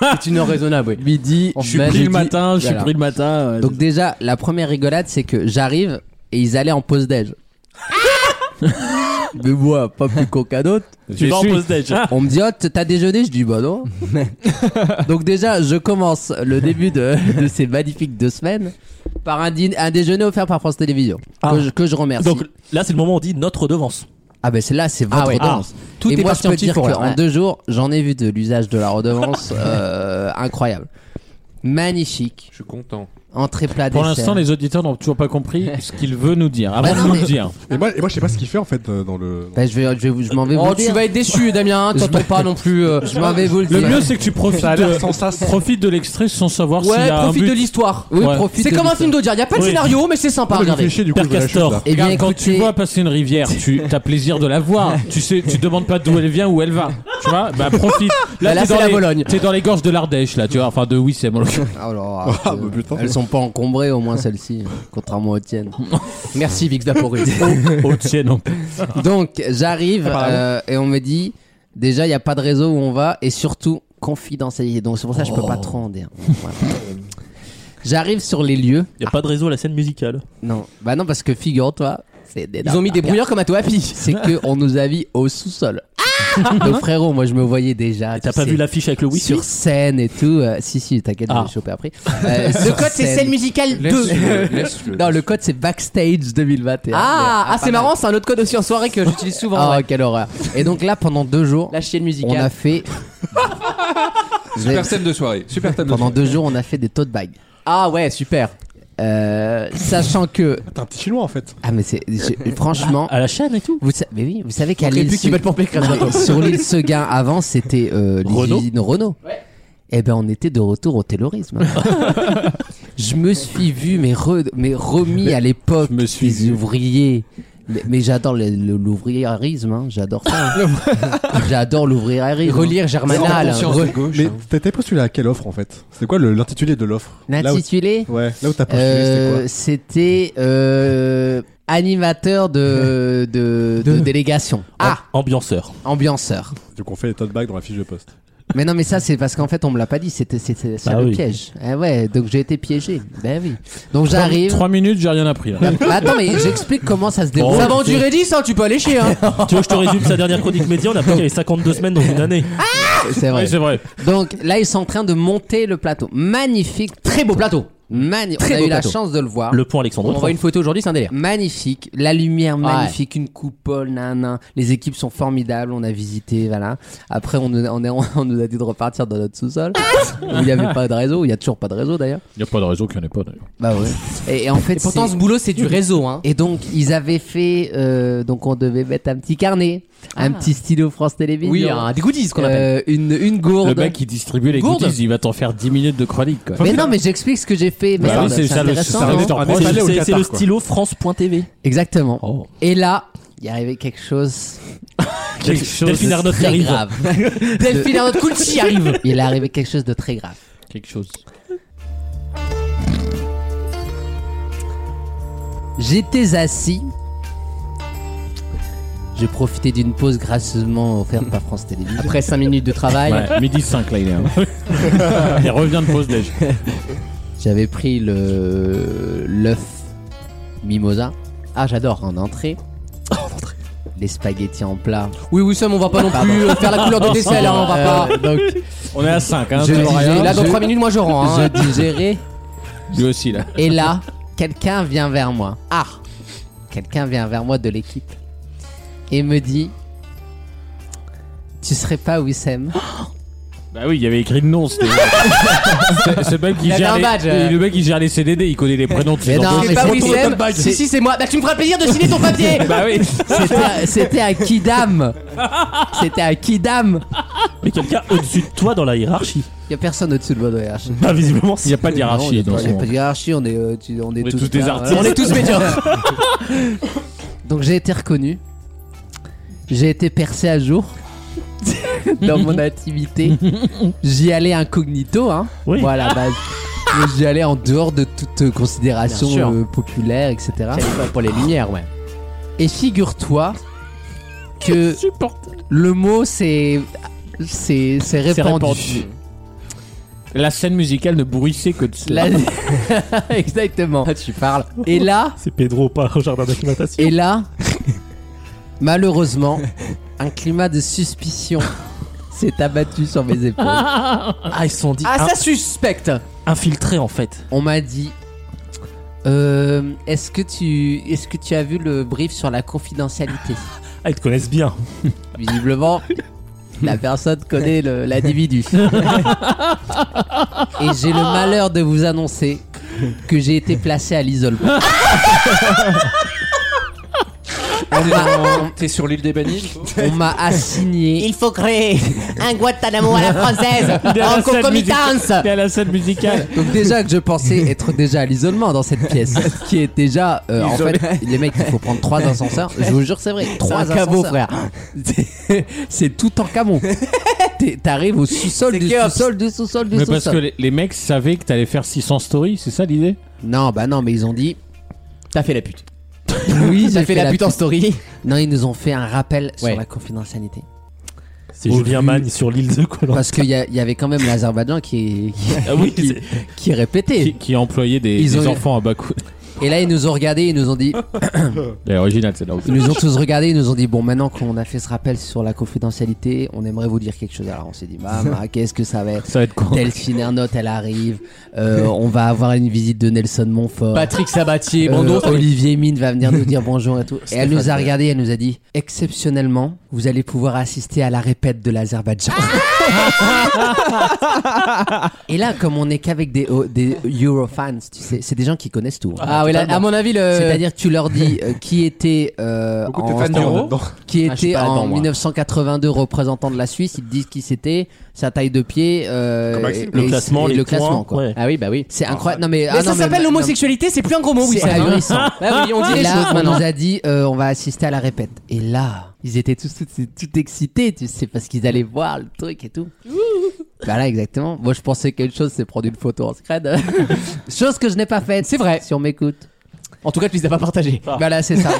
[SPEAKER 2] C'est une heure raisonnable, oui.
[SPEAKER 5] Midi,
[SPEAKER 4] Je suis
[SPEAKER 5] ben,
[SPEAKER 4] pris le
[SPEAKER 5] jeudi,
[SPEAKER 4] matin, je suis
[SPEAKER 5] voilà.
[SPEAKER 4] pris le matin. euh,
[SPEAKER 5] Donc déjà, la première rigolade, c'est que j'arrive et ils allaient en
[SPEAKER 2] <laughs>
[SPEAKER 5] pause déj. Mais moi, pas plus con qu'un autre.
[SPEAKER 4] je
[SPEAKER 7] Tu vas en
[SPEAKER 4] suis-
[SPEAKER 7] pause déj.
[SPEAKER 5] On me dit, oh, t'as déjeuné Je dis,
[SPEAKER 2] <laughs>
[SPEAKER 5] bah non. Donc déjà, je commence le début de, de ces magnifiques deux semaines par un, dîner- un déjeuner offert par France Télévisions.
[SPEAKER 2] Ah.
[SPEAKER 5] Que, je, que je remercie.
[SPEAKER 7] Donc là, c'est le moment où on dit notre redevance.
[SPEAKER 5] ah ben c'est là, c'est votre
[SPEAKER 2] Ah ouais,
[SPEAKER 5] redevance.
[SPEAKER 2] Tout
[SPEAKER 5] et
[SPEAKER 2] est
[SPEAKER 5] moi,
[SPEAKER 2] parti
[SPEAKER 5] je peux
[SPEAKER 2] en petit
[SPEAKER 5] dire
[SPEAKER 2] four, là,
[SPEAKER 5] qu'en
[SPEAKER 2] ouais.
[SPEAKER 5] deux jours, j'en ai vu de l'usage de la redevance euh, <laughs> incroyable. Magnifique.
[SPEAKER 17] Je suis content.
[SPEAKER 5] Entrée plat
[SPEAKER 4] Pour
[SPEAKER 5] dessert.
[SPEAKER 4] l'instant, les auditeurs n'ont toujours pas compris ce qu'il veut nous dire. Avant
[SPEAKER 5] Bah non,
[SPEAKER 4] de nous
[SPEAKER 5] mais-
[SPEAKER 4] le dire.
[SPEAKER 10] Et moi, et moi je sais pas ce qu'il fait en fait euh, dans le.
[SPEAKER 5] Bah, je vais, je, vais- je m'en vais vous
[SPEAKER 2] Oh,
[SPEAKER 5] le
[SPEAKER 2] tu
[SPEAKER 5] dire.
[SPEAKER 2] vas être déçu,
[SPEAKER 5] <laughs>
[SPEAKER 2] Damien. hein, T'entends pas non plus. euh,
[SPEAKER 5] Je m'en vais vous le
[SPEAKER 4] Le
[SPEAKER 5] dire.
[SPEAKER 4] mieux, c'est que tu profites,
[SPEAKER 10] Ça a l'air
[SPEAKER 4] euh,
[SPEAKER 10] sans sas.
[SPEAKER 4] profites de l'extrait sans savoir s'il
[SPEAKER 2] Ouais,
[SPEAKER 4] y a un
[SPEAKER 2] profite de
[SPEAKER 4] but.
[SPEAKER 2] l'histoire.
[SPEAKER 5] Oui,
[SPEAKER 4] Ouais.
[SPEAKER 5] profite
[SPEAKER 2] C'est
[SPEAKER 5] de
[SPEAKER 2] comme un
[SPEAKER 5] l'histoire.
[SPEAKER 2] film d'Audiard. Il y a pas de
[SPEAKER 7] Oui.
[SPEAKER 2] scénario, mais c'est sympa.
[SPEAKER 10] Ah, mais je me
[SPEAKER 2] Regardez.
[SPEAKER 10] fais chier, du coup,
[SPEAKER 7] Père
[SPEAKER 10] je vais la chute,
[SPEAKER 7] Castor.
[SPEAKER 10] là.
[SPEAKER 5] Eh bien,
[SPEAKER 4] Regarde, quand tu
[SPEAKER 5] écoutez-
[SPEAKER 4] vois passer une rivière, tu as plaisir de la voir. tu sais, tu demandes pas d'où elle vient, où elle va. Tu vois, bah profite.
[SPEAKER 2] Bah, là,
[SPEAKER 4] t'es
[SPEAKER 2] c'est
[SPEAKER 4] dans
[SPEAKER 2] la
[SPEAKER 4] les-
[SPEAKER 2] Bologne.
[SPEAKER 4] T'es dans les gorges de l'Ardèche, là, tu vois, enfin de Wissem. en l'occurrence.
[SPEAKER 5] Alors,
[SPEAKER 10] Ah,
[SPEAKER 5] euh,
[SPEAKER 10] bah, putain.
[SPEAKER 5] elles sont pas encombrées au moins celles-ci, <laughs> contrairement aux tiennes.
[SPEAKER 2] <laughs> Merci, Vix Daporé.
[SPEAKER 4] Au tienne, en plus.
[SPEAKER 5] <laughs> Donc j'arrive
[SPEAKER 2] Ah,
[SPEAKER 5] euh, et on me dit déjà il y a pas de réseau où on va et surtout confidentialité. Donc c'est pour ça que je peux
[SPEAKER 2] Oh.
[SPEAKER 5] pas trop en dire. Voilà. J'arrive sur les lieux.
[SPEAKER 7] Il n'y a pas de réseau à la scène musicale.
[SPEAKER 5] Non, bah non parce que figure-toi, c'est
[SPEAKER 2] Ils ont mis des brouilleurs comme à toi, Happy. Ah
[SPEAKER 5] C'est que on nous a mis au sous-sol. Donc frérot, moi je me voyais déjà.
[SPEAKER 7] T'as
[SPEAKER 5] tu
[SPEAKER 7] pas
[SPEAKER 5] sais,
[SPEAKER 7] vu l'affiche avec le Wii
[SPEAKER 5] sur scène et tout. euh, si si, t'inquiète, je
[SPEAKER 7] Ah.
[SPEAKER 5] vais le choper après. Euh,
[SPEAKER 2] Le
[SPEAKER 5] sur
[SPEAKER 2] code, c'est scène musicale 2.
[SPEAKER 5] Non, le code c'est backstage 2021.
[SPEAKER 2] Ah,
[SPEAKER 5] Mais-
[SPEAKER 2] ah c'est
[SPEAKER 5] pas mal.
[SPEAKER 2] marrant, c'est un autre code aussi en soirée que j'utilise
[SPEAKER 5] <laughs>
[SPEAKER 2] souvent.
[SPEAKER 5] Ah,
[SPEAKER 2] ouais.
[SPEAKER 5] quelle horreur. Et donc là, pendant deux jours,
[SPEAKER 2] La chienne musicale.
[SPEAKER 5] on a fait.
[SPEAKER 17] Super thème de soirée. Super thème de
[SPEAKER 5] Pendant
[SPEAKER 17] soirée.
[SPEAKER 5] deux jours, on a fait des tote bags.
[SPEAKER 2] Ah ouais, super.
[SPEAKER 5] Euh, sachant que.
[SPEAKER 10] T'es un petit chinois en fait.
[SPEAKER 5] Ah mais c'est
[SPEAKER 2] <laughs>
[SPEAKER 5] je- franchement.
[SPEAKER 7] à la chaîne et tout.
[SPEAKER 5] Vous sa- mais oui, vous savez qu'à
[SPEAKER 7] On crée
[SPEAKER 5] l'île
[SPEAKER 7] plus qu'ils veulent pour
[SPEAKER 5] <laughs>
[SPEAKER 7] Pécresse,
[SPEAKER 5] Non, mais
[SPEAKER 7] maintenant.
[SPEAKER 5] sur l'île Seguin avant c'était euh, les
[SPEAKER 7] Renault.
[SPEAKER 5] usines Renault. Eh ben on était de retour au terrorisme. je me suis vu mais re- mais remis à l'époque les ouvriers. Mais- Mais j'adore le- le- l'ouvriérisme, hein, j'adore ça. hein. j'adore l'ouvriérisme. Relire Germinal. hein. Re-
[SPEAKER 10] Mais t'as- t'as postulé à quelle offre en fait C'était quoi le- l'intitulé de l'offre Là où-
[SPEAKER 5] L'intitulé
[SPEAKER 10] Ouais, là où t'as postulé,
[SPEAKER 5] Euh,
[SPEAKER 10] c'était
[SPEAKER 5] C'était euh, animateur de, de, de délégation. Ah,
[SPEAKER 7] Ambianceur.
[SPEAKER 5] ambianceur.
[SPEAKER 10] quoi Donc on fait les tote bags dans la fiche de poste.
[SPEAKER 5] Mais non, mais ça, c'est parce qu'en fait, on me l'a pas dit. C'était c'est- c'est- c'est
[SPEAKER 10] Bah
[SPEAKER 5] le
[SPEAKER 10] oui.
[SPEAKER 5] piège. Eh ouais, donc j'ai été piégé. Ben oui. Donc j'arrive.
[SPEAKER 4] 3 minutes, j'ai rien
[SPEAKER 7] <laughs>
[SPEAKER 4] appris là.
[SPEAKER 5] Bah, Attends, mais j'explique comment ça se déroule.
[SPEAKER 7] Bon, Ça va en
[SPEAKER 2] durer 10, hein, tu peux aller
[SPEAKER 5] <laughs>
[SPEAKER 2] chier. Hein.
[SPEAKER 7] Tu veux que je te résume sa dernière chronique média On a pris qu'il y avait 52 semaines dans une année.
[SPEAKER 5] C'est vrai.
[SPEAKER 7] Oui, c'est vrai.
[SPEAKER 5] Donc là, ils sont en train de monter le plateau. Magnifique. Très beau plateau. Magnifique.
[SPEAKER 2] Très
[SPEAKER 5] on a
[SPEAKER 2] beau
[SPEAKER 5] eu
[SPEAKER 2] plateau.
[SPEAKER 5] la chance de le voir.
[SPEAKER 7] Le pont Alexandre
[SPEAKER 5] On voit
[SPEAKER 7] III.
[SPEAKER 5] une photo aujourd'hui, c'est un délire. Magnifique, la lumière
[SPEAKER 2] Ouais.
[SPEAKER 5] magnifique, une coupole, nanan. Les équipes sont formidables, on a visité, voilà. Après, on, on, est- <laughs> on nous a dit de repartir dans notre sous-sol. où il n'y avait pas de réseau, il n'y a toujours pas de réseau d'ailleurs.
[SPEAKER 4] Il n'y a pas de raison qu'il n'y en ait pas d'ailleurs.
[SPEAKER 5] Bah ouais. Et, et en fait,
[SPEAKER 2] Et pourtant,
[SPEAKER 5] c'est-
[SPEAKER 2] ce boulot, c'est du réseau, hein.
[SPEAKER 5] Et donc, ils avaient fait, euh, donc on devait mettre un petit carnet, un petit stylo France Télévisions.
[SPEAKER 2] Oui, hein. un- des goodies, qu'on appelle.
[SPEAKER 5] Euh, Une, une gourde.
[SPEAKER 4] Le mec qui distribue les
[SPEAKER 5] Gourde.
[SPEAKER 4] goodies, il va t'en faire 10 minutes de chronique quoi.
[SPEAKER 5] Mais non, mais j'explique ce que j'ai fait.
[SPEAKER 4] Bah
[SPEAKER 5] Merde,
[SPEAKER 4] oui, c'est
[SPEAKER 5] c'est
[SPEAKER 4] ça, le-
[SPEAKER 5] intéressant,
[SPEAKER 4] ça,
[SPEAKER 5] non
[SPEAKER 4] c'est en proche.
[SPEAKER 7] C'est-
[SPEAKER 4] Allez au
[SPEAKER 7] c'est- C'est
[SPEAKER 4] Qatar,
[SPEAKER 7] le
[SPEAKER 4] quoi.
[SPEAKER 7] stylo France.tv.
[SPEAKER 5] Exactement.
[SPEAKER 7] Oh,
[SPEAKER 5] Et là, il est arrivé quelque chose.
[SPEAKER 7] Quelque chose Delphine de Arnaud
[SPEAKER 5] très
[SPEAKER 7] arrive.
[SPEAKER 5] grave.
[SPEAKER 2] Delphine
[SPEAKER 5] De-
[SPEAKER 2] Arnaud Coulty arrive.
[SPEAKER 5] <laughs> Il est arrivé quelque chose de très grave.
[SPEAKER 4] Quelque chose.
[SPEAKER 5] J'étais assis. Je profitais d'une pause gracieusement offerte par France Télévisions.
[SPEAKER 2] Après 5 minutes de travail.
[SPEAKER 4] Ouais, midi 5 là il est. hein. <laughs> il revient de pause déj.
[SPEAKER 5] J'avais pris le l'œuf mimosa. Ah, j'adore. En entrée. Les spaghettis en plat.
[SPEAKER 2] Oui, oui, Sam, on va pas non
[SPEAKER 5] Pardon.
[SPEAKER 2] plus euh, faire la couleur de vaisselle, hein, on va pas.
[SPEAKER 5] Euh, donc,
[SPEAKER 4] On est à 5 hein.
[SPEAKER 5] je
[SPEAKER 4] toujours
[SPEAKER 5] digérais-
[SPEAKER 4] rien.
[SPEAKER 2] Là, dans 3 minutes, moi, je rends. hein.
[SPEAKER 5] Je digérais.
[SPEAKER 4] Lui aussi là.
[SPEAKER 5] Et là, quelqu'un vient vers moi. Ah Quelqu'un vient vers moi de l'équipe et me dit Tu serais
[SPEAKER 2] <gasps>
[SPEAKER 5] pas Wissem
[SPEAKER 4] Bah oui, il y avait écrit le nom. c'était- C'est- Ce mec qui
[SPEAKER 2] Il avait
[SPEAKER 4] gère
[SPEAKER 2] un
[SPEAKER 4] les-
[SPEAKER 2] badge, euh.
[SPEAKER 4] le mec qui gère les CDD, il connaît les prénoms de ses
[SPEAKER 5] Mais non,
[SPEAKER 4] enfants.
[SPEAKER 5] mais
[SPEAKER 2] C'est pas
[SPEAKER 5] c'est-
[SPEAKER 2] Wissem.
[SPEAKER 5] c'est-
[SPEAKER 2] Si, si, c'est moi. Bah, tu me feras le plaisir de signer ton papier.
[SPEAKER 4] Bah <laughs> oui.
[SPEAKER 5] <laughs> C'était à- C'était
[SPEAKER 2] <laughs>
[SPEAKER 5] à Kidam C'était à Kidam
[SPEAKER 7] Mais quelqu'un au-dessus de toi dans la hiérarchie.
[SPEAKER 5] Il y a personne au-dessus de moi dans la hiérarchie.
[SPEAKER 7] Bah, visiblement,
[SPEAKER 4] Il n'y a pas de hiérarchie dans
[SPEAKER 5] Non, on est pas- il y a
[SPEAKER 4] son.
[SPEAKER 5] pas de hiérarchie, on est, euh, tu- on est
[SPEAKER 4] est
[SPEAKER 5] tous,
[SPEAKER 4] tous des
[SPEAKER 5] là,
[SPEAKER 4] artistes.
[SPEAKER 5] voilà.
[SPEAKER 2] On est <laughs> tous médiocres.
[SPEAKER 5] <laughs> Donc j'ai été reconnu. J'ai été percé à jour <laughs> dans mon activité. J'y allais incognito, hein.
[SPEAKER 7] Oui.
[SPEAKER 5] Moi, à la base. Mais J'y allais en dehors de toute euh, considération
[SPEAKER 2] Bien sûr.
[SPEAKER 5] euh, populaire, etc.
[SPEAKER 2] Pour les lumières, ouais.
[SPEAKER 5] Et figure-toi que le mot c'est c'est c'est
[SPEAKER 4] C'est
[SPEAKER 5] répandu.
[SPEAKER 4] répandu. La scène musicale ne bruissait que de cela.
[SPEAKER 5] La- <laughs> Exactement.
[SPEAKER 2] Ah, tu parles.
[SPEAKER 5] Et là,
[SPEAKER 7] C'est Pedro, pas au jardin d'acclimatation.
[SPEAKER 5] Et
[SPEAKER 2] <laughs>
[SPEAKER 5] là, malheureusement, un climat de suspicion <laughs> s'est abattu sur mes épaules.
[SPEAKER 7] Ah, ils se sont dit
[SPEAKER 2] Ah, ça suspecte.
[SPEAKER 7] infiltrés en fait.
[SPEAKER 5] On m'a dit euh, est-ce que tu est-ce que tu as vu le brief sur la confidentialité
[SPEAKER 7] Ah, ils te connaissent bien.
[SPEAKER 5] Visiblement, la personne connaît
[SPEAKER 2] <laughs>
[SPEAKER 5] le- l'individu. Et j'ai le malheur de vous annoncer que j'ai été placé à l'isolement. On m'a-
[SPEAKER 17] T'es sur l'île des Bannis
[SPEAKER 5] on m'a assigné
[SPEAKER 2] Il faut créer un Guantanamo à la française
[SPEAKER 4] Il est à
[SPEAKER 2] Ah, en
[SPEAKER 4] la scène
[SPEAKER 2] concomitance.
[SPEAKER 4] musicale. Il est à la scène
[SPEAKER 2] <laughs>
[SPEAKER 4] musicale.
[SPEAKER 5] Donc déjà que je pensais être déjà à l'isolement dans cette pièce, ce qui est déjà euh, en fait les mecs il faut prendre trois ascenseurs. Je vous jure c'est vrai, trois
[SPEAKER 2] un caveau,
[SPEAKER 5] ascenseurs. C'est- C'est tout en camo. T'es- T'arrives au sous-sol
[SPEAKER 2] C'est
[SPEAKER 5] du
[SPEAKER 2] Keops.
[SPEAKER 5] sous-sol du sous-sol du
[SPEAKER 4] Mais parce que
[SPEAKER 5] sous-sol.
[SPEAKER 4] les, les mecs savaient que t'allais faire 600 stories, c'est ça l'idée
[SPEAKER 5] Non bah non mais ils ont dit
[SPEAKER 2] T'as fait la pute.
[SPEAKER 5] oui
[SPEAKER 2] T'as fait la pute en story.
[SPEAKER 5] Non ils nous ont fait un rappel
[SPEAKER 2] Ouais.
[SPEAKER 5] sur la confidentialité
[SPEAKER 7] C'est
[SPEAKER 5] Au
[SPEAKER 7] Julien
[SPEAKER 5] vu-
[SPEAKER 7] Magne sur l'île de Colombe.
[SPEAKER 5] parce qu'il y, a- il y avait quand même l'Azerbaïdjan qui, qui,
[SPEAKER 7] Ah oui,
[SPEAKER 2] <laughs>
[SPEAKER 5] qui,
[SPEAKER 7] c'est-
[SPEAKER 5] qui répétait.
[SPEAKER 4] qui, qui employait des,
[SPEAKER 5] Ils
[SPEAKER 4] des
[SPEAKER 5] ont eu-
[SPEAKER 4] enfants à bas coût.
[SPEAKER 5] Et là, ils nous ont regardés, ils nous ont dit.
[SPEAKER 4] Elle est originale, celle-là.
[SPEAKER 5] Ils nous ont tous regardés, ils nous ont dit bon, maintenant qu'on a fait ce rappel sur la confidentialité, on aimerait vous dire quelque chose. Alors on s'est dit, maman, qu'est-ce que ça va être
[SPEAKER 4] Ça va être quoi
[SPEAKER 5] Delphine Ernotte, elle arrive. Euh, on va avoir une visite de Nelson Montfort.
[SPEAKER 2] Patrick Sabatier,
[SPEAKER 5] Euh,
[SPEAKER 2] bon d'autres.
[SPEAKER 5] Olivier Mine va venir nous dire bonjour et tout. Et elle
[SPEAKER 2] Stéphane
[SPEAKER 5] nous a
[SPEAKER 2] Bern.
[SPEAKER 5] regardé, elle nous a dit exceptionnellement, vous allez pouvoir assister à la répète de
[SPEAKER 2] <laughs>
[SPEAKER 5] l'Azerbaïdjan. et là, comme on est qu'avec des, oh, des Eurofans, tu sais, c'est des gens qui connaissent tout. hein.
[SPEAKER 2] Ah oui, là,
[SPEAKER 5] Totalement.
[SPEAKER 2] à mon avis, le-
[SPEAKER 5] C'est-à-dire, tu leur dis euh, qui était euh,
[SPEAKER 2] de
[SPEAKER 5] en,
[SPEAKER 2] fans d'Euro
[SPEAKER 5] dedans. qui
[SPEAKER 2] Ah, je suis
[SPEAKER 5] était
[SPEAKER 2] pas
[SPEAKER 5] en
[SPEAKER 2] dedans, moi.
[SPEAKER 5] 1982 représentant de la Suisse, ils te disent qui c'était, sa taille de pied, euh,
[SPEAKER 2] Comme Maxime,
[SPEAKER 5] et-
[SPEAKER 2] le
[SPEAKER 5] et-
[SPEAKER 2] classement,
[SPEAKER 5] et
[SPEAKER 2] les
[SPEAKER 5] le
[SPEAKER 2] points,
[SPEAKER 5] classement. Quoi.
[SPEAKER 2] ouais.
[SPEAKER 5] Ah oui, bah oui. C'est incroyable. Non mais,
[SPEAKER 2] Mais
[SPEAKER 5] ah,
[SPEAKER 2] ça
[SPEAKER 5] non, mais-
[SPEAKER 2] s'appelle
[SPEAKER 5] non,
[SPEAKER 2] l'homosexualité, c'est plus un gros mot, oui.
[SPEAKER 5] c'est ahurissant.
[SPEAKER 2] Bah oui, on dit
[SPEAKER 5] Et
[SPEAKER 2] les
[SPEAKER 5] là,
[SPEAKER 2] choses
[SPEAKER 5] on
[SPEAKER 2] maintenant.
[SPEAKER 5] nous a dit, euh, on va assister à la répète. Et là, ils étaient tous tout, tout excités, tu sais, parce qu'ils allaient voir le truc et tout. Voilà, exactement. Moi, je pensais quelque chose, c'est prendre une photo
[SPEAKER 2] <laughs>
[SPEAKER 5] en scred. chose que je n'ai pas faite. C'est vrai. Si on m'écoute. Ah.
[SPEAKER 2] En tout cas, tu les as pas partagés.
[SPEAKER 5] Voilà,
[SPEAKER 2] <laughs>
[SPEAKER 5] c'est ça.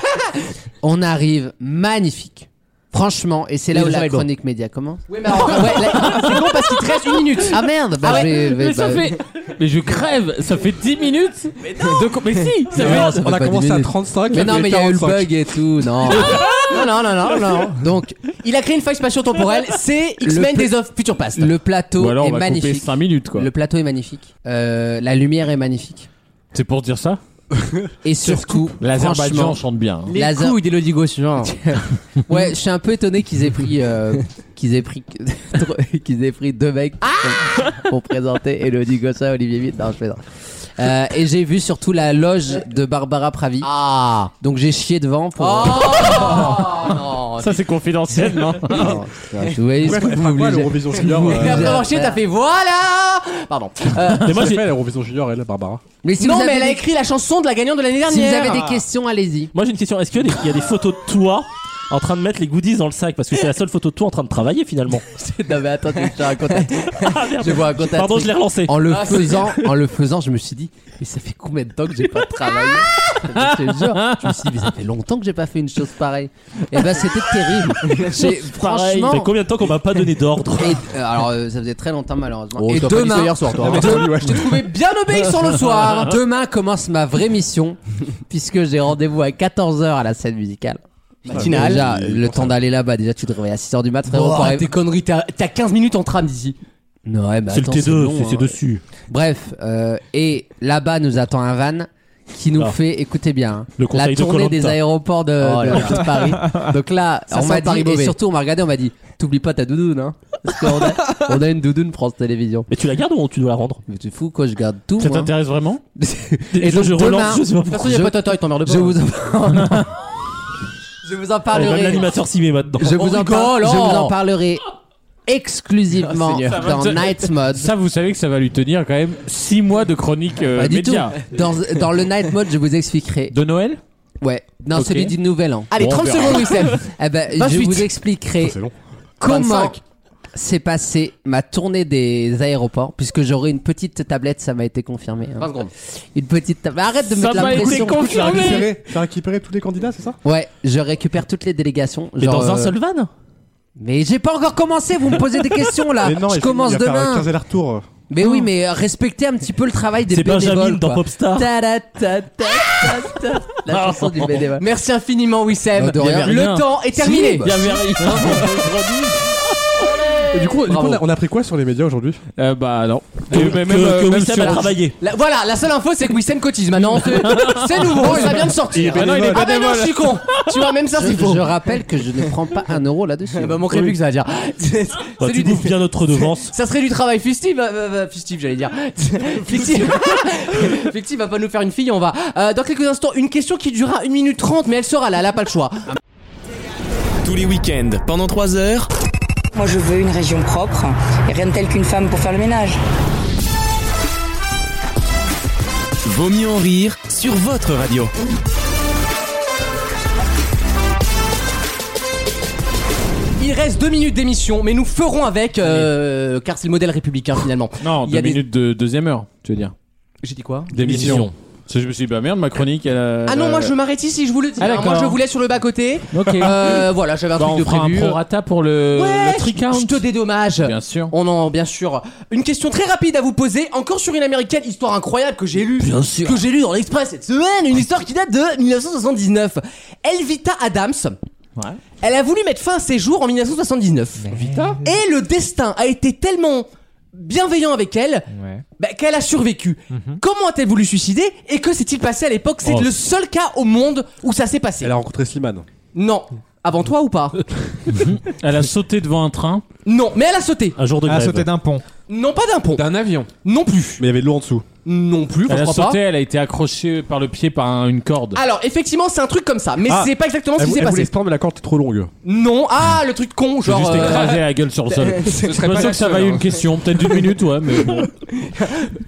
[SPEAKER 5] on arrive, magnifique. Franchement, et c'est là
[SPEAKER 2] Oui,
[SPEAKER 5] où
[SPEAKER 2] le
[SPEAKER 5] la
[SPEAKER 2] jour est beau.
[SPEAKER 5] chronique média commence.
[SPEAKER 2] Ouais, mais alors, <laughs> ouais, là, c'est con parce qu'il te reste une minute.
[SPEAKER 5] Ah merde, bah
[SPEAKER 2] Ah
[SPEAKER 5] je
[SPEAKER 2] ouais,
[SPEAKER 5] vais-
[SPEAKER 2] mais
[SPEAKER 5] vais-
[SPEAKER 2] ça
[SPEAKER 5] bah-
[SPEAKER 2] fait-
[SPEAKER 4] Mais je crève, ça fait 10 minutes Mais non Mais si ça
[SPEAKER 5] Non,
[SPEAKER 4] fait-
[SPEAKER 5] ça fait
[SPEAKER 4] On a
[SPEAKER 5] pas dix
[SPEAKER 4] commencé à
[SPEAKER 5] minutes.
[SPEAKER 4] 35
[SPEAKER 5] Mais non, mais il y a eu le bug et tout, non.
[SPEAKER 2] Non, non, non, non, non.
[SPEAKER 5] Donc,
[SPEAKER 2] Il a créé une faille
[SPEAKER 5] <laughs>
[SPEAKER 2] spatio-temporelle, c'est X-Men
[SPEAKER 5] Le pla-
[SPEAKER 2] Days of Future Past.
[SPEAKER 5] le plateau
[SPEAKER 4] Ou alors on
[SPEAKER 5] est
[SPEAKER 4] va couper
[SPEAKER 5] magnifique.
[SPEAKER 4] 5 minutes quoi.
[SPEAKER 5] Le plateau est magnifique. Euh, la lumière est magnifique.
[SPEAKER 4] C'est pour dire ça
[SPEAKER 5] Et surtout,
[SPEAKER 4] L'Azerbaïdjan
[SPEAKER 5] franchement,
[SPEAKER 4] chante bien.
[SPEAKER 7] hein.
[SPEAKER 5] Les Laser- couilles
[SPEAKER 4] d'Elodie Gossuin.
[SPEAKER 5] <laughs> ouais, je suis un peu étonné qu'ils aient pris, euh, qu'ils aient pris, <laughs> qu'ils aient pris deux mecs pour, pour présenter Elodie Gossin, Olivier Witt. Non, je plaisante. Euh, et j'ai vu surtout la loge de Barbara Pravi.
[SPEAKER 2] Ah. Oh.
[SPEAKER 5] Donc j'ai chié devant pour. <laughs> Oh,
[SPEAKER 4] Ça c'est confidentiel,
[SPEAKER 7] <laughs>
[SPEAKER 4] non
[SPEAKER 5] Non, vous voyez ce que vous
[SPEAKER 10] quoi,
[SPEAKER 5] m'obligez-
[SPEAKER 10] l'Eurovision
[SPEAKER 5] vous
[SPEAKER 10] Junior,
[SPEAKER 5] m'obligez
[SPEAKER 2] Et
[SPEAKER 5] à
[SPEAKER 2] après avoir chié,
[SPEAKER 5] faire.
[SPEAKER 2] t'as fait voilà Pardon. Euh,
[SPEAKER 10] Mais moi,
[SPEAKER 4] j'ai-
[SPEAKER 10] j'ai fait l'Eurovision Junior, elle, Barbara.
[SPEAKER 5] Mais si
[SPEAKER 2] non,
[SPEAKER 5] vous
[SPEAKER 2] mais
[SPEAKER 5] avez
[SPEAKER 2] elle a
[SPEAKER 5] des-
[SPEAKER 2] écrit la chanson de la gagnante de l'année
[SPEAKER 5] si vous
[SPEAKER 2] dernière.
[SPEAKER 5] avez des questions, allez-y.
[SPEAKER 7] Moi j'ai une question, est-ce qu'il y, a des- il y a des photos de toi en train de mettre les goodies dans le sac Parce que c'est la seule photo de toi en train de travailler finalement.
[SPEAKER 5] non mais attends, je te raconte un truc. <laughs> Je vous raconte un
[SPEAKER 7] Pardon,
[SPEAKER 5] truc.
[SPEAKER 7] je l'ai relancé.
[SPEAKER 5] En le
[SPEAKER 7] Ah, c'est-
[SPEAKER 5] faisant, en le faisant, je me suis dit, mais ça fait combien de temps que j'ai pas
[SPEAKER 7] <laughs>
[SPEAKER 5] travaillé Je te jure. Je me suis dit, mais ça fait longtemps que j'ai pas fait une chose pareille. Et ben, c'était
[SPEAKER 7] <laughs>
[SPEAKER 5] terrible. J'ai-
[SPEAKER 7] Pareil, ça fait
[SPEAKER 5] franchement.
[SPEAKER 7] combien de temps qu'on m'a pas donné d'ordre
[SPEAKER 5] et- euh, alors, euh, ça faisait très longtemps, malheureusement.
[SPEAKER 2] Oh,
[SPEAKER 5] et
[SPEAKER 2] t'as pas dit
[SPEAKER 5] demain,
[SPEAKER 2] ça hier soir, toi,
[SPEAKER 5] <laughs>
[SPEAKER 2] hein.
[SPEAKER 5] de-
[SPEAKER 2] <laughs> Je t'ai trouvé bien obéissant le <laughs> soir.
[SPEAKER 5] demain commence ma vraie mission, puisque j'ai rendez-vous à 14h à la scène musicale.
[SPEAKER 2] Bah, Matinale.
[SPEAKER 5] Déjà, le temps d'aller là-bas, déjà, tu te réveilles à 6h du matin, frérot.
[SPEAKER 2] Oh,
[SPEAKER 5] pour arriver-
[SPEAKER 2] tes conneries, t'as t'as 15 minutes en tram d'ici.
[SPEAKER 5] Non, ouais, bah
[SPEAKER 7] C'est le
[SPEAKER 5] attends,
[SPEAKER 7] T2,
[SPEAKER 5] long,
[SPEAKER 7] c'est- c'est
[SPEAKER 5] hein.
[SPEAKER 7] dessus.
[SPEAKER 5] Bref, euh, et là-bas nous attend un van qui nous
[SPEAKER 7] Ah.
[SPEAKER 5] fait, écoutez bien, hein,
[SPEAKER 7] Le
[SPEAKER 5] la
[SPEAKER 7] conseil de
[SPEAKER 5] tournée des
[SPEAKER 7] Koh-Lanta.
[SPEAKER 5] aéroports de,
[SPEAKER 2] Oh là
[SPEAKER 5] de-
[SPEAKER 2] là.
[SPEAKER 5] de Paris. Donc là,
[SPEAKER 2] Ça
[SPEAKER 5] on
[SPEAKER 2] sent
[SPEAKER 5] m'a dit,
[SPEAKER 2] Paris
[SPEAKER 5] et
[SPEAKER 2] mauvais.
[SPEAKER 5] surtout on m'a regardé, on m'a dit, t'oublies pas ta doudoune, hein Parce
[SPEAKER 2] <laughs>
[SPEAKER 5] qu'on a, on a une doudoune France Télévisions.
[SPEAKER 7] Mais tu la gardes ou tu dois la rendre
[SPEAKER 5] Mais tu fous quoi, je garde tout.
[SPEAKER 4] Ça
[SPEAKER 5] moi.
[SPEAKER 4] t'intéresse vraiment
[SPEAKER 5] <laughs> Et
[SPEAKER 7] je,
[SPEAKER 5] donc
[SPEAKER 7] je
[SPEAKER 5] demain,
[SPEAKER 7] relance, je sais pas
[SPEAKER 2] De toute
[SPEAKER 7] pourquoi.
[SPEAKER 2] façon, y a
[SPEAKER 5] Je-
[SPEAKER 2] pas Tata, il t'emmerde pas.
[SPEAKER 5] Je vous en...
[SPEAKER 2] <laughs>
[SPEAKER 5] je vous
[SPEAKER 7] Allez,
[SPEAKER 5] en
[SPEAKER 7] Même
[SPEAKER 5] parlerai.
[SPEAKER 7] l'animateur s'y met maintenant.
[SPEAKER 5] Je vous, en par-
[SPEAKER 2] rigole,
[SPEAKER 5] je vous en
[SPEAKER 2] oh.
[SPEAKER 5] parlerai exclusivement
[SPEAKER 4] Seigneur.
[SPEAKER 5] dans
[SPEAKER 4] Ça va te-
[SPEAKER 5] Night Mode.
[SPEAKER 7] Euh,
[SPEAKER 4] Ça, vous savez que ça va lui tenir quand même 6 mois de chronique euh,
[SPEAKER 5] Pas du tout.
[SPEAKER 4] média.
[SPEAKER 5] Dans, dans le Night Mode, je vous expliquerai.
[SPEAKER 4] De Noël
[SPEAKER 5] Ouais. Non,
[SPEAKER 4] Ok.
[SPEAKER 5] celui du Nouvel An.
[SPEAKER 2] Allez,
[SPEAKER 4] Bon,
[SPEAKER 2] 30
[SPEAKER 4] on verra.
[SPEAKER 2] secondes, Wissem.
[SPEAKER 5] <laughs> Eh ben, je
[SPEAKER 2] 28.
[SPEAKER 5] vous expliquerai
[SPEAKER 10] C'est long.
[SPEAKER 5] comment
[SPEAKER 2] 25.
[SPEAKER 5] s'est passée ma tournée des aéroports, puisque j'aurai une petite tablette, ça m'a été confirmé. hein.
[SPEAKER 2] 20 secondes.
[SPEAKER 5] Une petite tablette. Arrête de
[SPEAKER 4] Ça
[SPEAKER 5] mettre la
[SPEAKER 4] m'a été
[SPEAKER 5] pression.
[SPEAKER 4] confirmé.
[SPEAKER 10] T'as récupéré, t'as récupéré tous les candidats, c'est ça
[SPEAKER 5] Ouais, je récupère toutes les délégations.
[SPEAKER 7] Mais
[SPEAKER 5] genre,
[SPEAKER 7] dans un
[SPEAKER 5] euh,
[SPEAKER 7] seul van
[SPEAKER 5] Mais j'ai pas encore commencé, vous me posez des questions
[SPEAKER 10] <laughs>
[SPEAKER 5] là.
[SPEAKER 2] Ah,
[SPEAKER 10] Mais non,
[SPEAKER 5] je
[SPEAKER 10] il faut-
[SPEAKER 5] commence
[SPEAKER 10] il va faire
[SPEAKER 5] demain.
[SPEAKER 10] 15 allers-retours.
[SPEAKER 5] Mais oui, mais euh, respectez un petit peu le travail des
[SPEAKER 7] C'est Benjamin
[SPEAKER 5] bénévoles.
[SPEAKER 7] dans
[SPEAKER 5] quoi.
[SPEAKER 2] Bah,
[SPEAKER 7] Popstar.
[SPEAKER 5] Ta da ta ta ta ta. La chanson du
[SPEAKER 7] <laughs>
[SPEAKER 5] bénévole.
[SPEAKER 2] Merci infiniment, Wissem.
[SPEAKER 5] Bah, de rien.
[SPEAKER 2] Le temps est terminé.
[SPEAKER 4] Il y hein, avait rien.
[SPEAKER 10] Et du coup, du coup,
[SPEAKER 2] Bravo.
[SPEAKER 10] on, a, on a pris quoi sur les médias aujourd'hui
[SPEAKER 4] Euh, bah non.
[SPEAKER 7] Ah Que,
[SPEAKER 4] Et même,
[SPEAKER 7] que-
[SPEAKER 4] euh,
[SPEAKER 7] que
[SPEAKER 4] même
[SPEAKER 7] Wissem
[SPEAKER 4] sur-
[SPEAKER 7] a travaillé.
[SPEAKER 2] La- voilà, la seule info, c'est que Wissem cotise maintenant.
[SPEAKER 4] <laughs>
[SPEAKER 2] C'est c'est nouveau, ça vient de sortir.
[SPEAKER 4] Ah non, il est
[SPEAKER 2] Ah ben non,
[SPEAKER 4] bénévole.
[SPEAKER 2] je suis con. Tu vois, même ça, c'est faux.
[SPEAKER 5] Je rappelle que je ne prends pas un euro là-dessus.
[SPEAKER 7] Ah,
[SPEAKER 2] Eh ben, manquerait plus que ça à dire. <laughs> C'est
[SPEAKER 4] Oh,
[SPEAKER 7] Bah,
[SPEAKER 2] c'est
[SPEAKER 7] tu
[SPEAKER 2] du
[SPEAKER 7] bouffes bien notre
[SPEAKER 2] <laughs>
[SPEAKER 7] devance.
[SPEAKER 2] Ça serait du travail festif, euh, euh, euh, festif j'allais
[SPEAKER 4] <laughs>
[SPEAKER 2] dire. Festif. festif va pas nous faire une fille, on va. Euh, dans quelques instants, une question qui durera 1 minute 30, mais elle sera là, elle a pas le choix.
[SPEAKER 1] Tous les week-ends, pendant 3 heures,
[SPEAKER 12] Moi, je veux une région propre et rien de tel qu'une femme pour faire le ménage.
[SPEAKER 1] Vaut mieux en rire sur votre radio.
[SPEAKER 2] Il reste 2 minutes d'émission, mais nous ferons avec, euh, car c'est le modèle républicain finalement.
[SPEAKER 4] Non,
[SPEAKER 2] Il y a des-
[SPEAKER 4] deux minutes de deuxième heure, tu veux dire.
[SPEAKER 2] J'ai dit quoi
[SPEAKER 4] D'émission. Parce que je me suis dit, bah merde, ma chronique. Elle, a-
[SPEAKER 2] Ah non, moi je m'arrête ici, je vous le dis.
[SPEAKER 4] Ah,
[SPEAKER 2] Alors, moi
[SPEAKER 4] d'accord.
[SPEAKER 2] je voulais sur le bas
[SPEAKER 4] <laughs>
[SPEAKER 2] côté.
[SPEAKER 4] Ok.
[SPEAKER 2] voilà, j'avais un
[SPEAKER 4] Bah,
[SPEAKER 2] truc
[SPEAKER 4] on
[SPEAKER 2] de
[SPEAKER 4] fera un
[SPEAKER 2] prévu.
[SPEAKER 4] prorata pour le,
[SPEAKER 2] Ouais,
[SPEAKER 4] Euh, le
[SPEAKER 2] je-
[SPEAKER 4] tricount.
[SPEAKER 2] je te dédommage.
[SPEAKER 4] Bien sûr.
[SPEAKER 2] On en, bien sûr. Une question très rapide à vous poser, encore sur une américaine, histoire incroyable que j'ai lue.
[SPEAKER 5] Bien sûr.
[SPEAKER 2] Que j'ai lue dans l'Express cette semaine, une histoire qui date de 1979. Elvita Adams. Elle a voulu mettre fin à ses jours en 1979. Et le destin a été tellement bienveillant avec elle
[SPEAKER 6] Ouais.
[SPEAKER 2] bah, qu'elle a survécu. Comment a-t-elle voulu suicider et que s'est-il passé à l'époque C'est
[SPEAKER 10] Oh.
[SPEAKER 2] le seul cas au monde où ça s'est passé.
[SPEAKER 10] Elle a rencontré Slimane.
[SPEAKER 2] Non. Avant toi ou pas
[SPEAKER 4] Elle a sauté devant un train.
[SPEAKER 2] Non, mais elle a sauté.
[SPEAKER 7] Un jour
[SPEAKER 6] Elle a sauté Ah, d'un pont.
[SPEAKER 2] Non, pas d'un pont.
[SPEAKER 17] D'un avion.
[SPEAKER 2] Non plus.
[SPEAKER 10] Mais il y avait de l'eau en dessous.
[SPEAKER 2] Non plus, je
[SPEAKER 4] Elle a
[SPEAKER 2] crois pas.
[SPEAKER 4] sauté, elle a été accrochée par le pied par un- une corde.
[SPEAKER 2] Alors, effectivement, c'est un truc comme ça, mais
[SPEAKER 10] Ah,
[SPEAKER 2] c'est pas exactement ce
[SPEAKER 10] elle,
[SPEAKER 2] qui s'est
[SPEAKER 10] elle voulait
[SPEAKER 2] passé.
[SPEAKER 10] se pendre, mais la corde était trop longue.
[SPEAKER 2] Non, ah, le truc con,
[SPEAKER 4] J'ai
[SPEAKER 2] genre.
[SPEAKER 4] juste
[SPEAKER 2] euh,
[SPEAKER 4] écrasé la gueule sur le <laughs> sol.
[SPEAKER 2] Ce
[SPEAKER 4] Je
[SPEAKER 2] serait
[SPEAKER 4] suis
[SPEAKER 2] pas
[SPEAKER 4] pas sûr
[SPEAKER 2] la
[SPEAKER 4] que ça
[SPEAKER 2] seule,
[SPEAKER 4] vaille
[SPEAKER 2] hein.
[SPEAKER 4] une question, peut-être d'une minute, ouais,
[SPEAKER 2] <laughs>
[SPEAKER 4] mais bon.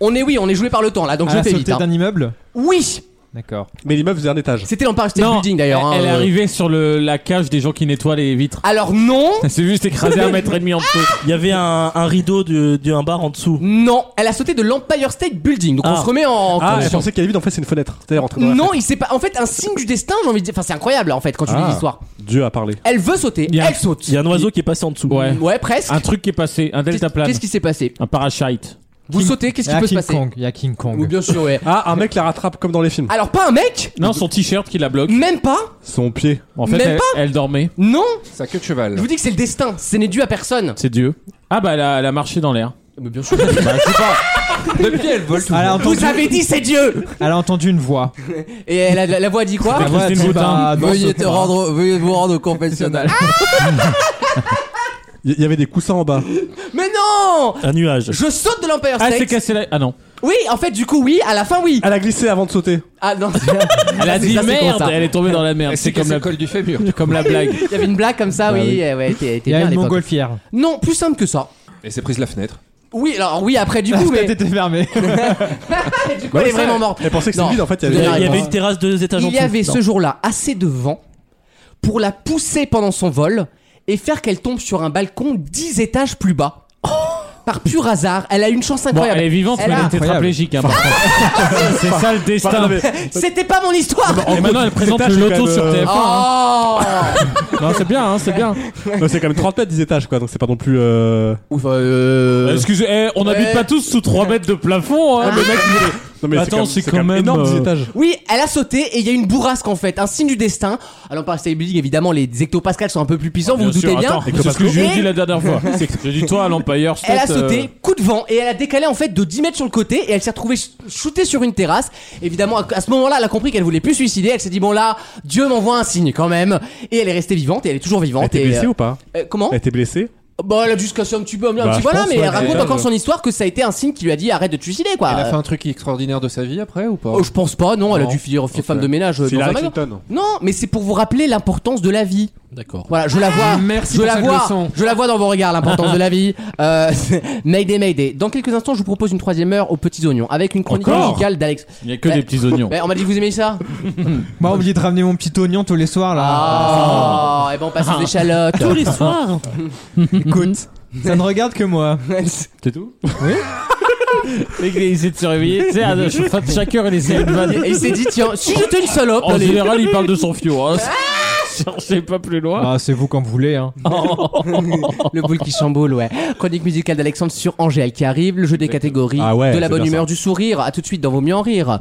[SPEAKER 2] On est, oui, on est joué par le temps là, donc
[SPEAKER 6] Elle
[SPEAKER 2] je
[SPEAKER 6] a
[SPEAKER 2] fais vite.
[SPEAKER 6] sauté
[SPEAKER 2] hein.
[SPEAKER 6] Ah, d'un immeuble
[SPEAKER 2] Oui
[SPEAKER 6] D'accord.
[SPEAKER 10] Mais l'immeuble faisait un étage.
[SPEAKER 2] C'était dans le Empire State Building d'ailleurs. hein,
[SPEAKER 4] elle, elle est
[SPEAKER 2] euh.
[SPEAKER 4] arrivée sur le, la cage des gens qui nettoient les vitres. <laughs>
[SPEAKER 2] Alors, non
[SPEAKER 4] Elle s'est juste écrasée un mètre et demi en dessous.
[SPEAKER 7] Il y avait un, un rideau d'un bar en dessous.
[SPEAKER 2] Non, elle a sauté de l'Empire State Building, donc on
[SPEAKER 7] Ah.
[SPEAKER 2] se remet en.
[SPEAKER 10] Ah,
[SPEAKER 2] condition.
[SPEAKER 10] je pensais qu'elle est vide, en fait, c'est une fenêtre. C'est rentrée dans la
[SPEAKER 2] non,
[SPEAKER 10] fenêtre.
[SPEAKER 2] il s'est pas. En fait, un signe du destin, j'ai envie de dire. Enfin, c'est incroyable en fait quand tu lis
[SPEAKER 10] Ah.
[SPEAKER 2] l'histoire.
[SPEAKER 10] Dieu a parlé.
[SPEAKER 2] Elle veut sauter,
[SPEAKER 4] Il y a-
[SPEAKER 2] elle saute.
[SPEAKER 7] Il y a un oiseau qui est passé en dessous.
[SPEAKER 4] Ouais.
[SPEAKER 2] Ouais, presque.
[SPEAKER 4] Un truc qui est passé, un delta plane,
[SPEAKER 2] Qu'est-ce qui s'est passé
[SPEAKER 4] un parachute.
[SPEAKER 2] Vous sautez, qu'est-ce
[SPEAKER 6] Il y
[SPEAKER 2] qui
[SPEAKER 6] a
[SPEAKER 2] peut se
[SPEAKER 6] King
[SPEAKER 2] passer
[SPEAKER 6] Kong. Il y a King
[SPEAKER 2] Ou
[SPEAKER 6] Kong.
[SPEAKER 2] bien sûr, ouais.
[SPEAKER 10] Ah, un mec la rattrape comme dans les films.
[SPEAKER 2] Alors, pas un mec
[SPEAKER 4] Non, son t-shirt qui la bloque.
[SPEAKER 2] Même pas
[SPEAKER 10] Son pied.
[SPEAKER 4] En fait,
[SPEAKER 2] Même
[SPEAKER 4] elle,
[SPEAKER 2] pas
[SPEAKER 4] elle dormait.
[SPEAKER 2] Non
[SPEAKER 17] Sa queue de cheval.
[SPEAKER 2] Je vous dis que c'est le destin, ce n'est dû à personne.
[SPEAKER 4] C'est Dieu. Ah bah elle a, elle a marché dans l'air.
[SPEAKER 2] Mais bien sûr.
[SPEAKER 4] Bah, je sais pas.
[SPEAKER 17] Depuis, elle vole tout.
[SPEAKER 6] Elle a
[SPEAKER 2] Vous
[SPEAKER 6] entendu,
[SPEAKER 2] avez dit c'est Dieu
[SPEAKER 6] elle a entendu une voix.
[SPEAKER 2] Et elle a- la, la voix dit quoi
[SPEAKER 6] <laughs> La voix
[SPEAKER 4] Christine
[SPEAKER 6] dit,
[SPEAKER 4] Boutin.
[SPEAKER 6] bah, non,
[SPEAKER 5] Veuillez,
[SPEAKER 6] saute
[SPEAKER 5] te
[SPEAKER 6] pas.
[SPEAKER 5] rendre, veuillez vous rendre au confessionnal.
[SPEAKER 10] Il y- il y avait des coussins en bas.
[SPEAKER 2] Mais non
[SPEAKER 7] Un nuage.
[SPEAKER 2] Je saute de l'Empire
[SPEAKER 4] Ah, elle s'est
[SPEAKER 2] State
[SPEAKER 4] cassée la. Ah non.
[SPEAKER 2] Oui, en fait, du coup, oui, à la fin, oui
[SPEAKER 10] Elle a glissé avant de sauter.
[SPEAKER 2] Ah non, <laughs>
[SPEAKER 4] Elle a
[SPEAKER 2] c'est-
[SPEAKER 4] dit
[SPEAKER 2] ça, c'est con,
[SPEAKER 4] merde.
[SPEAKER 2] ça.
[SPEAKER 4] Elle est tombée dans la merde.
[SPEAKER 17] Elle
[SPEAKER 4] C'est
[SPEAKER 17] s'est
[SPEAKER 4] comme
[SPEAKER 17] cassée
[SPEAKER 4] la
[SPEAKER 17] le col du fémur.
[SPEAKER 4] comme la blague.
[SPEAKER 2] il y avait une blague comme ça, oui, eh ouais, t'es t'es
[SPEAKER 6] Bah Il y
[SPEAKER 2] bien
[SPEAKER 6] a
[SPEAKER 2] à
[SPEAKER 6] une
[SPEAKER 2] l'époque.
[SPEAKER 6] montgolfière.
[SPEAKER 2] Non, plus simple que ça.
[SPEAKER 17] Et c'est prise la fenêtre.
[SPEAKER 2] Oui, alors oui, après,
[SPEAKER 6] <laughs>
[SPEAKER 2] du
[SPEAKER 6] La
[SPEAKER 2] coup, mais.
[SPEAKER 6] tête
[SPEAKER 2] <laughs>
[SPEAKER 6] était fermée.
[SPEAKER 2] du
[SPEAKER 10] Bah
[SPEAKER 2] coup, elle
[SPEAKER 6] bah,
[SPEAKER 2] est vraiment morte.
[SPEAKER 10] Elle pensait que c'était
[SPEAKER 2] Non.
[SPEAKER 10] vide, en fait. Il
[SPEAKER 7] Il
[SPEAKER 10] y
[SPEAKER 7] y,
[SPEAKER 10] avait...
[SPEAKER 2] Non,
[SPEAKER 7] avait
[SPEAKER 2] réponse.
[SPEAKER 7] une terrasse de deux étages en
[SPEAKER 2] Il y
[SPEAKER 7] dessous.
[SPEAKER 2] avait ce jour-là assez de vent pour la pousser pendant son vol et faire qu'elle tombe sur un balcon 10 étages plus bas.
[SPEAKER 6] Oh
[SPEAKER 2] Par pur hasard, elle a une chance
[SPEAKER 4] Bon, elle
[SPEAKER 2] incroyable.
[SPEAKER 4] est vivante,
[SPEAKER 2] Elle
[SPEAKER 4] mais elle
[SPEAKER 2] a-
[SPEAKER 4] est tétraplégique. Hein, par <laughs> contre. c'est ça le destin.
[SPEAKER 2] <laughs> C'était pas mon histoire
[SPEAKER 4] Et maintenant, elle présente le loto sur TF1. hein.
[SPEAKER 2] Oh
[SPEAKER 4] Non, c'est bien, hein, c'est bien.
[SPEAKER 10] Non, C'est quand même 30 mètres, 10 étages, quoi. Donc c'est pas non plus. euh,
[SPEAKER 2] Ouf, euh,
[SPEAKER 4] Excusez, eh, on
[SPEAKER 2] Ouais.
[SPEAKER 4] n'habite pas tous sous 3 mètres de plafond. Hein, le mec, il est-
[SPEAKER 10] Non, mais
[SPEAKER 4] Attends, c'est quand même,
[SPEAKER 10] énorme, 10
[SPEAKER 4] euh,
[SPEAKER 10] étages.
[SPEAKER 2] Oui, elle a sauté et il y a eu une bourrasque en fait, un signe du destin. Alors par State Building, évidemment, les hectopascales sont un peu plus puissants, vous vous
[SPEAKER 4] Ah, sûr,
[SPEAKER 2] doutez bien.
[SPEAKER 4] attends, C'est ce que je lui ai dit la dernière <laughs> fois. J'ai dit toi à l'Empire State.
[SPEAKER 2] Elle a
[SPEAKER 4] euh,
[SPEAKER 2] sauté, coup de vent, et elle a décalé en fait de 10 mètres sur le côté, et elle s'est retrouvée ch- shootée sur une terrasse. Évidemment, à- à ce moment-là, elle a compris qu'elle voulait plus suicider, elle s'est dit, bon là, Dieu m'envoie un signe quand même. Et elle est restée vivante, et elle est toujours
[SPEAKER 10] Elle
[SPEAKER 2] vivante.
[SPEAKER 10] était
[SPEAKER 2] et,
[SPEAKER 10] blessée
[SPEAKER 2] euh,
[SPEAKER 10] ou pas
[SPEAKER 2] euh, comment
[SPEAKER 10] Elle était blessée
[SPEAKER 2] Bah, elle a juste cassé un petit peu, un
[SPEAKER 10] Bah,
[SPEAKER 2] petit
[SPEAKER 10] je
[SPEAKER 2] voilà,
[SPEAKER 10] pense,
[SPEAKER 2] mais
[SPEAKER 10] ouais,
[SPEAKER 2] elle raconte
[SPEAKER 17] déjà,
[SPEAKER 2] encore
[SPEAKER 17] ouais.
[SPEAKER 2] son histoire que ça a été un signe qui lui a dit, arrête de te suicider quoi.
[SPEAKER 17] Elle a fait un truc extraordinaire de sa vie après ou pas
[SPEAKER 6] Oh,
[SPEAKER 2] Euh, je pense pas, non, elle a
[SPEAKER 17] Non.
[SPEAKER 2] dû finir
[SPEAKER 17] Ok.
[SPEAKER 2] femme de ménage euh,
[SPEAKER 10] C'est
[SPEAKER 2] dans un
[SPEAKER 10] Hillary
[SPEAKER 2] magasin.
[SPEAKER 10] Clinton.
[SPEAKER 2] Non, mais c'est pour vous rappeler l'importance de la vie.
[SPEAKER 7] D'accord.
[SPEAKER 2] Voilà, je la vois.
[SPEAKER 17] merci
[SPEAKER 2] je
[SPEAKER 17] pour
[SPEAKER 2] la
[SPEAKER 17] cette
[SPEAKER 2] vois.
[SPEAKER 17] leçon.
[SPEAKER 2] Je la vois dans vos regards l'importance de la vie. Euh, <laughs> mayday, mayday. Dans quelques instants, je vous propose une troisième heure aux petits oignons avec une chronique
[SPEAKER 4] Encore
[SPEAKER 2] musicale d'Alex.
[SPEAKER 4] Il n'y a que
[SPEAKER 2] Ouais.
[SPEAKER 4] des petits oignons.
[SPEAKER 2] Ouais, on m'a dit que vous aimez ça.
[SPEAKER 6] Moi, oublié de ramener mon petit oignon tous les soirs là.
[SPEAKER 10] Ah.
[SPEAKER 2] Oh, et ben on passe aux échalotes.
[SPEAKER 7] Tous les soirs.
[SPEAKER 6] Écoute, ça ne regarde que moi.
[SPEAKER 4] C'est tout Oui. Il essaie de se réveiller. Tu sais, à chaque- chaque heure, il essaie
[SPEAKER 2] <laughs>
[SPEAKER 4] de
[SPEAKER 2] Et il s'est dit tiens, si j'étais une salope,
[SPEAKER 10] Oh,
[SPEAKER 4] En
[SPEAKER 2] allez.
[SPEAKER 4] général, il parle de son fio. Hein. <laughs> Cherchez pas plus loin.
[SPEAKER 6] Ah, c'est vous quand vous voulez. Hein.
[SPEAKER 2] le boule qui chamboule, ouais. Chronique musicale d'Alexandre sur Angèle qui arrive, le jeu des catégories,
[SPEAKER 10] Ah ouais,
[SPEAKER 2] de la
[SPEAKER 10] c'est
[SPEAKER 2] bonne
[SPEAKER 10] bien
[SPEAKER 2] humeur, du sourire. À tout de suite dans Vos mieux en rire.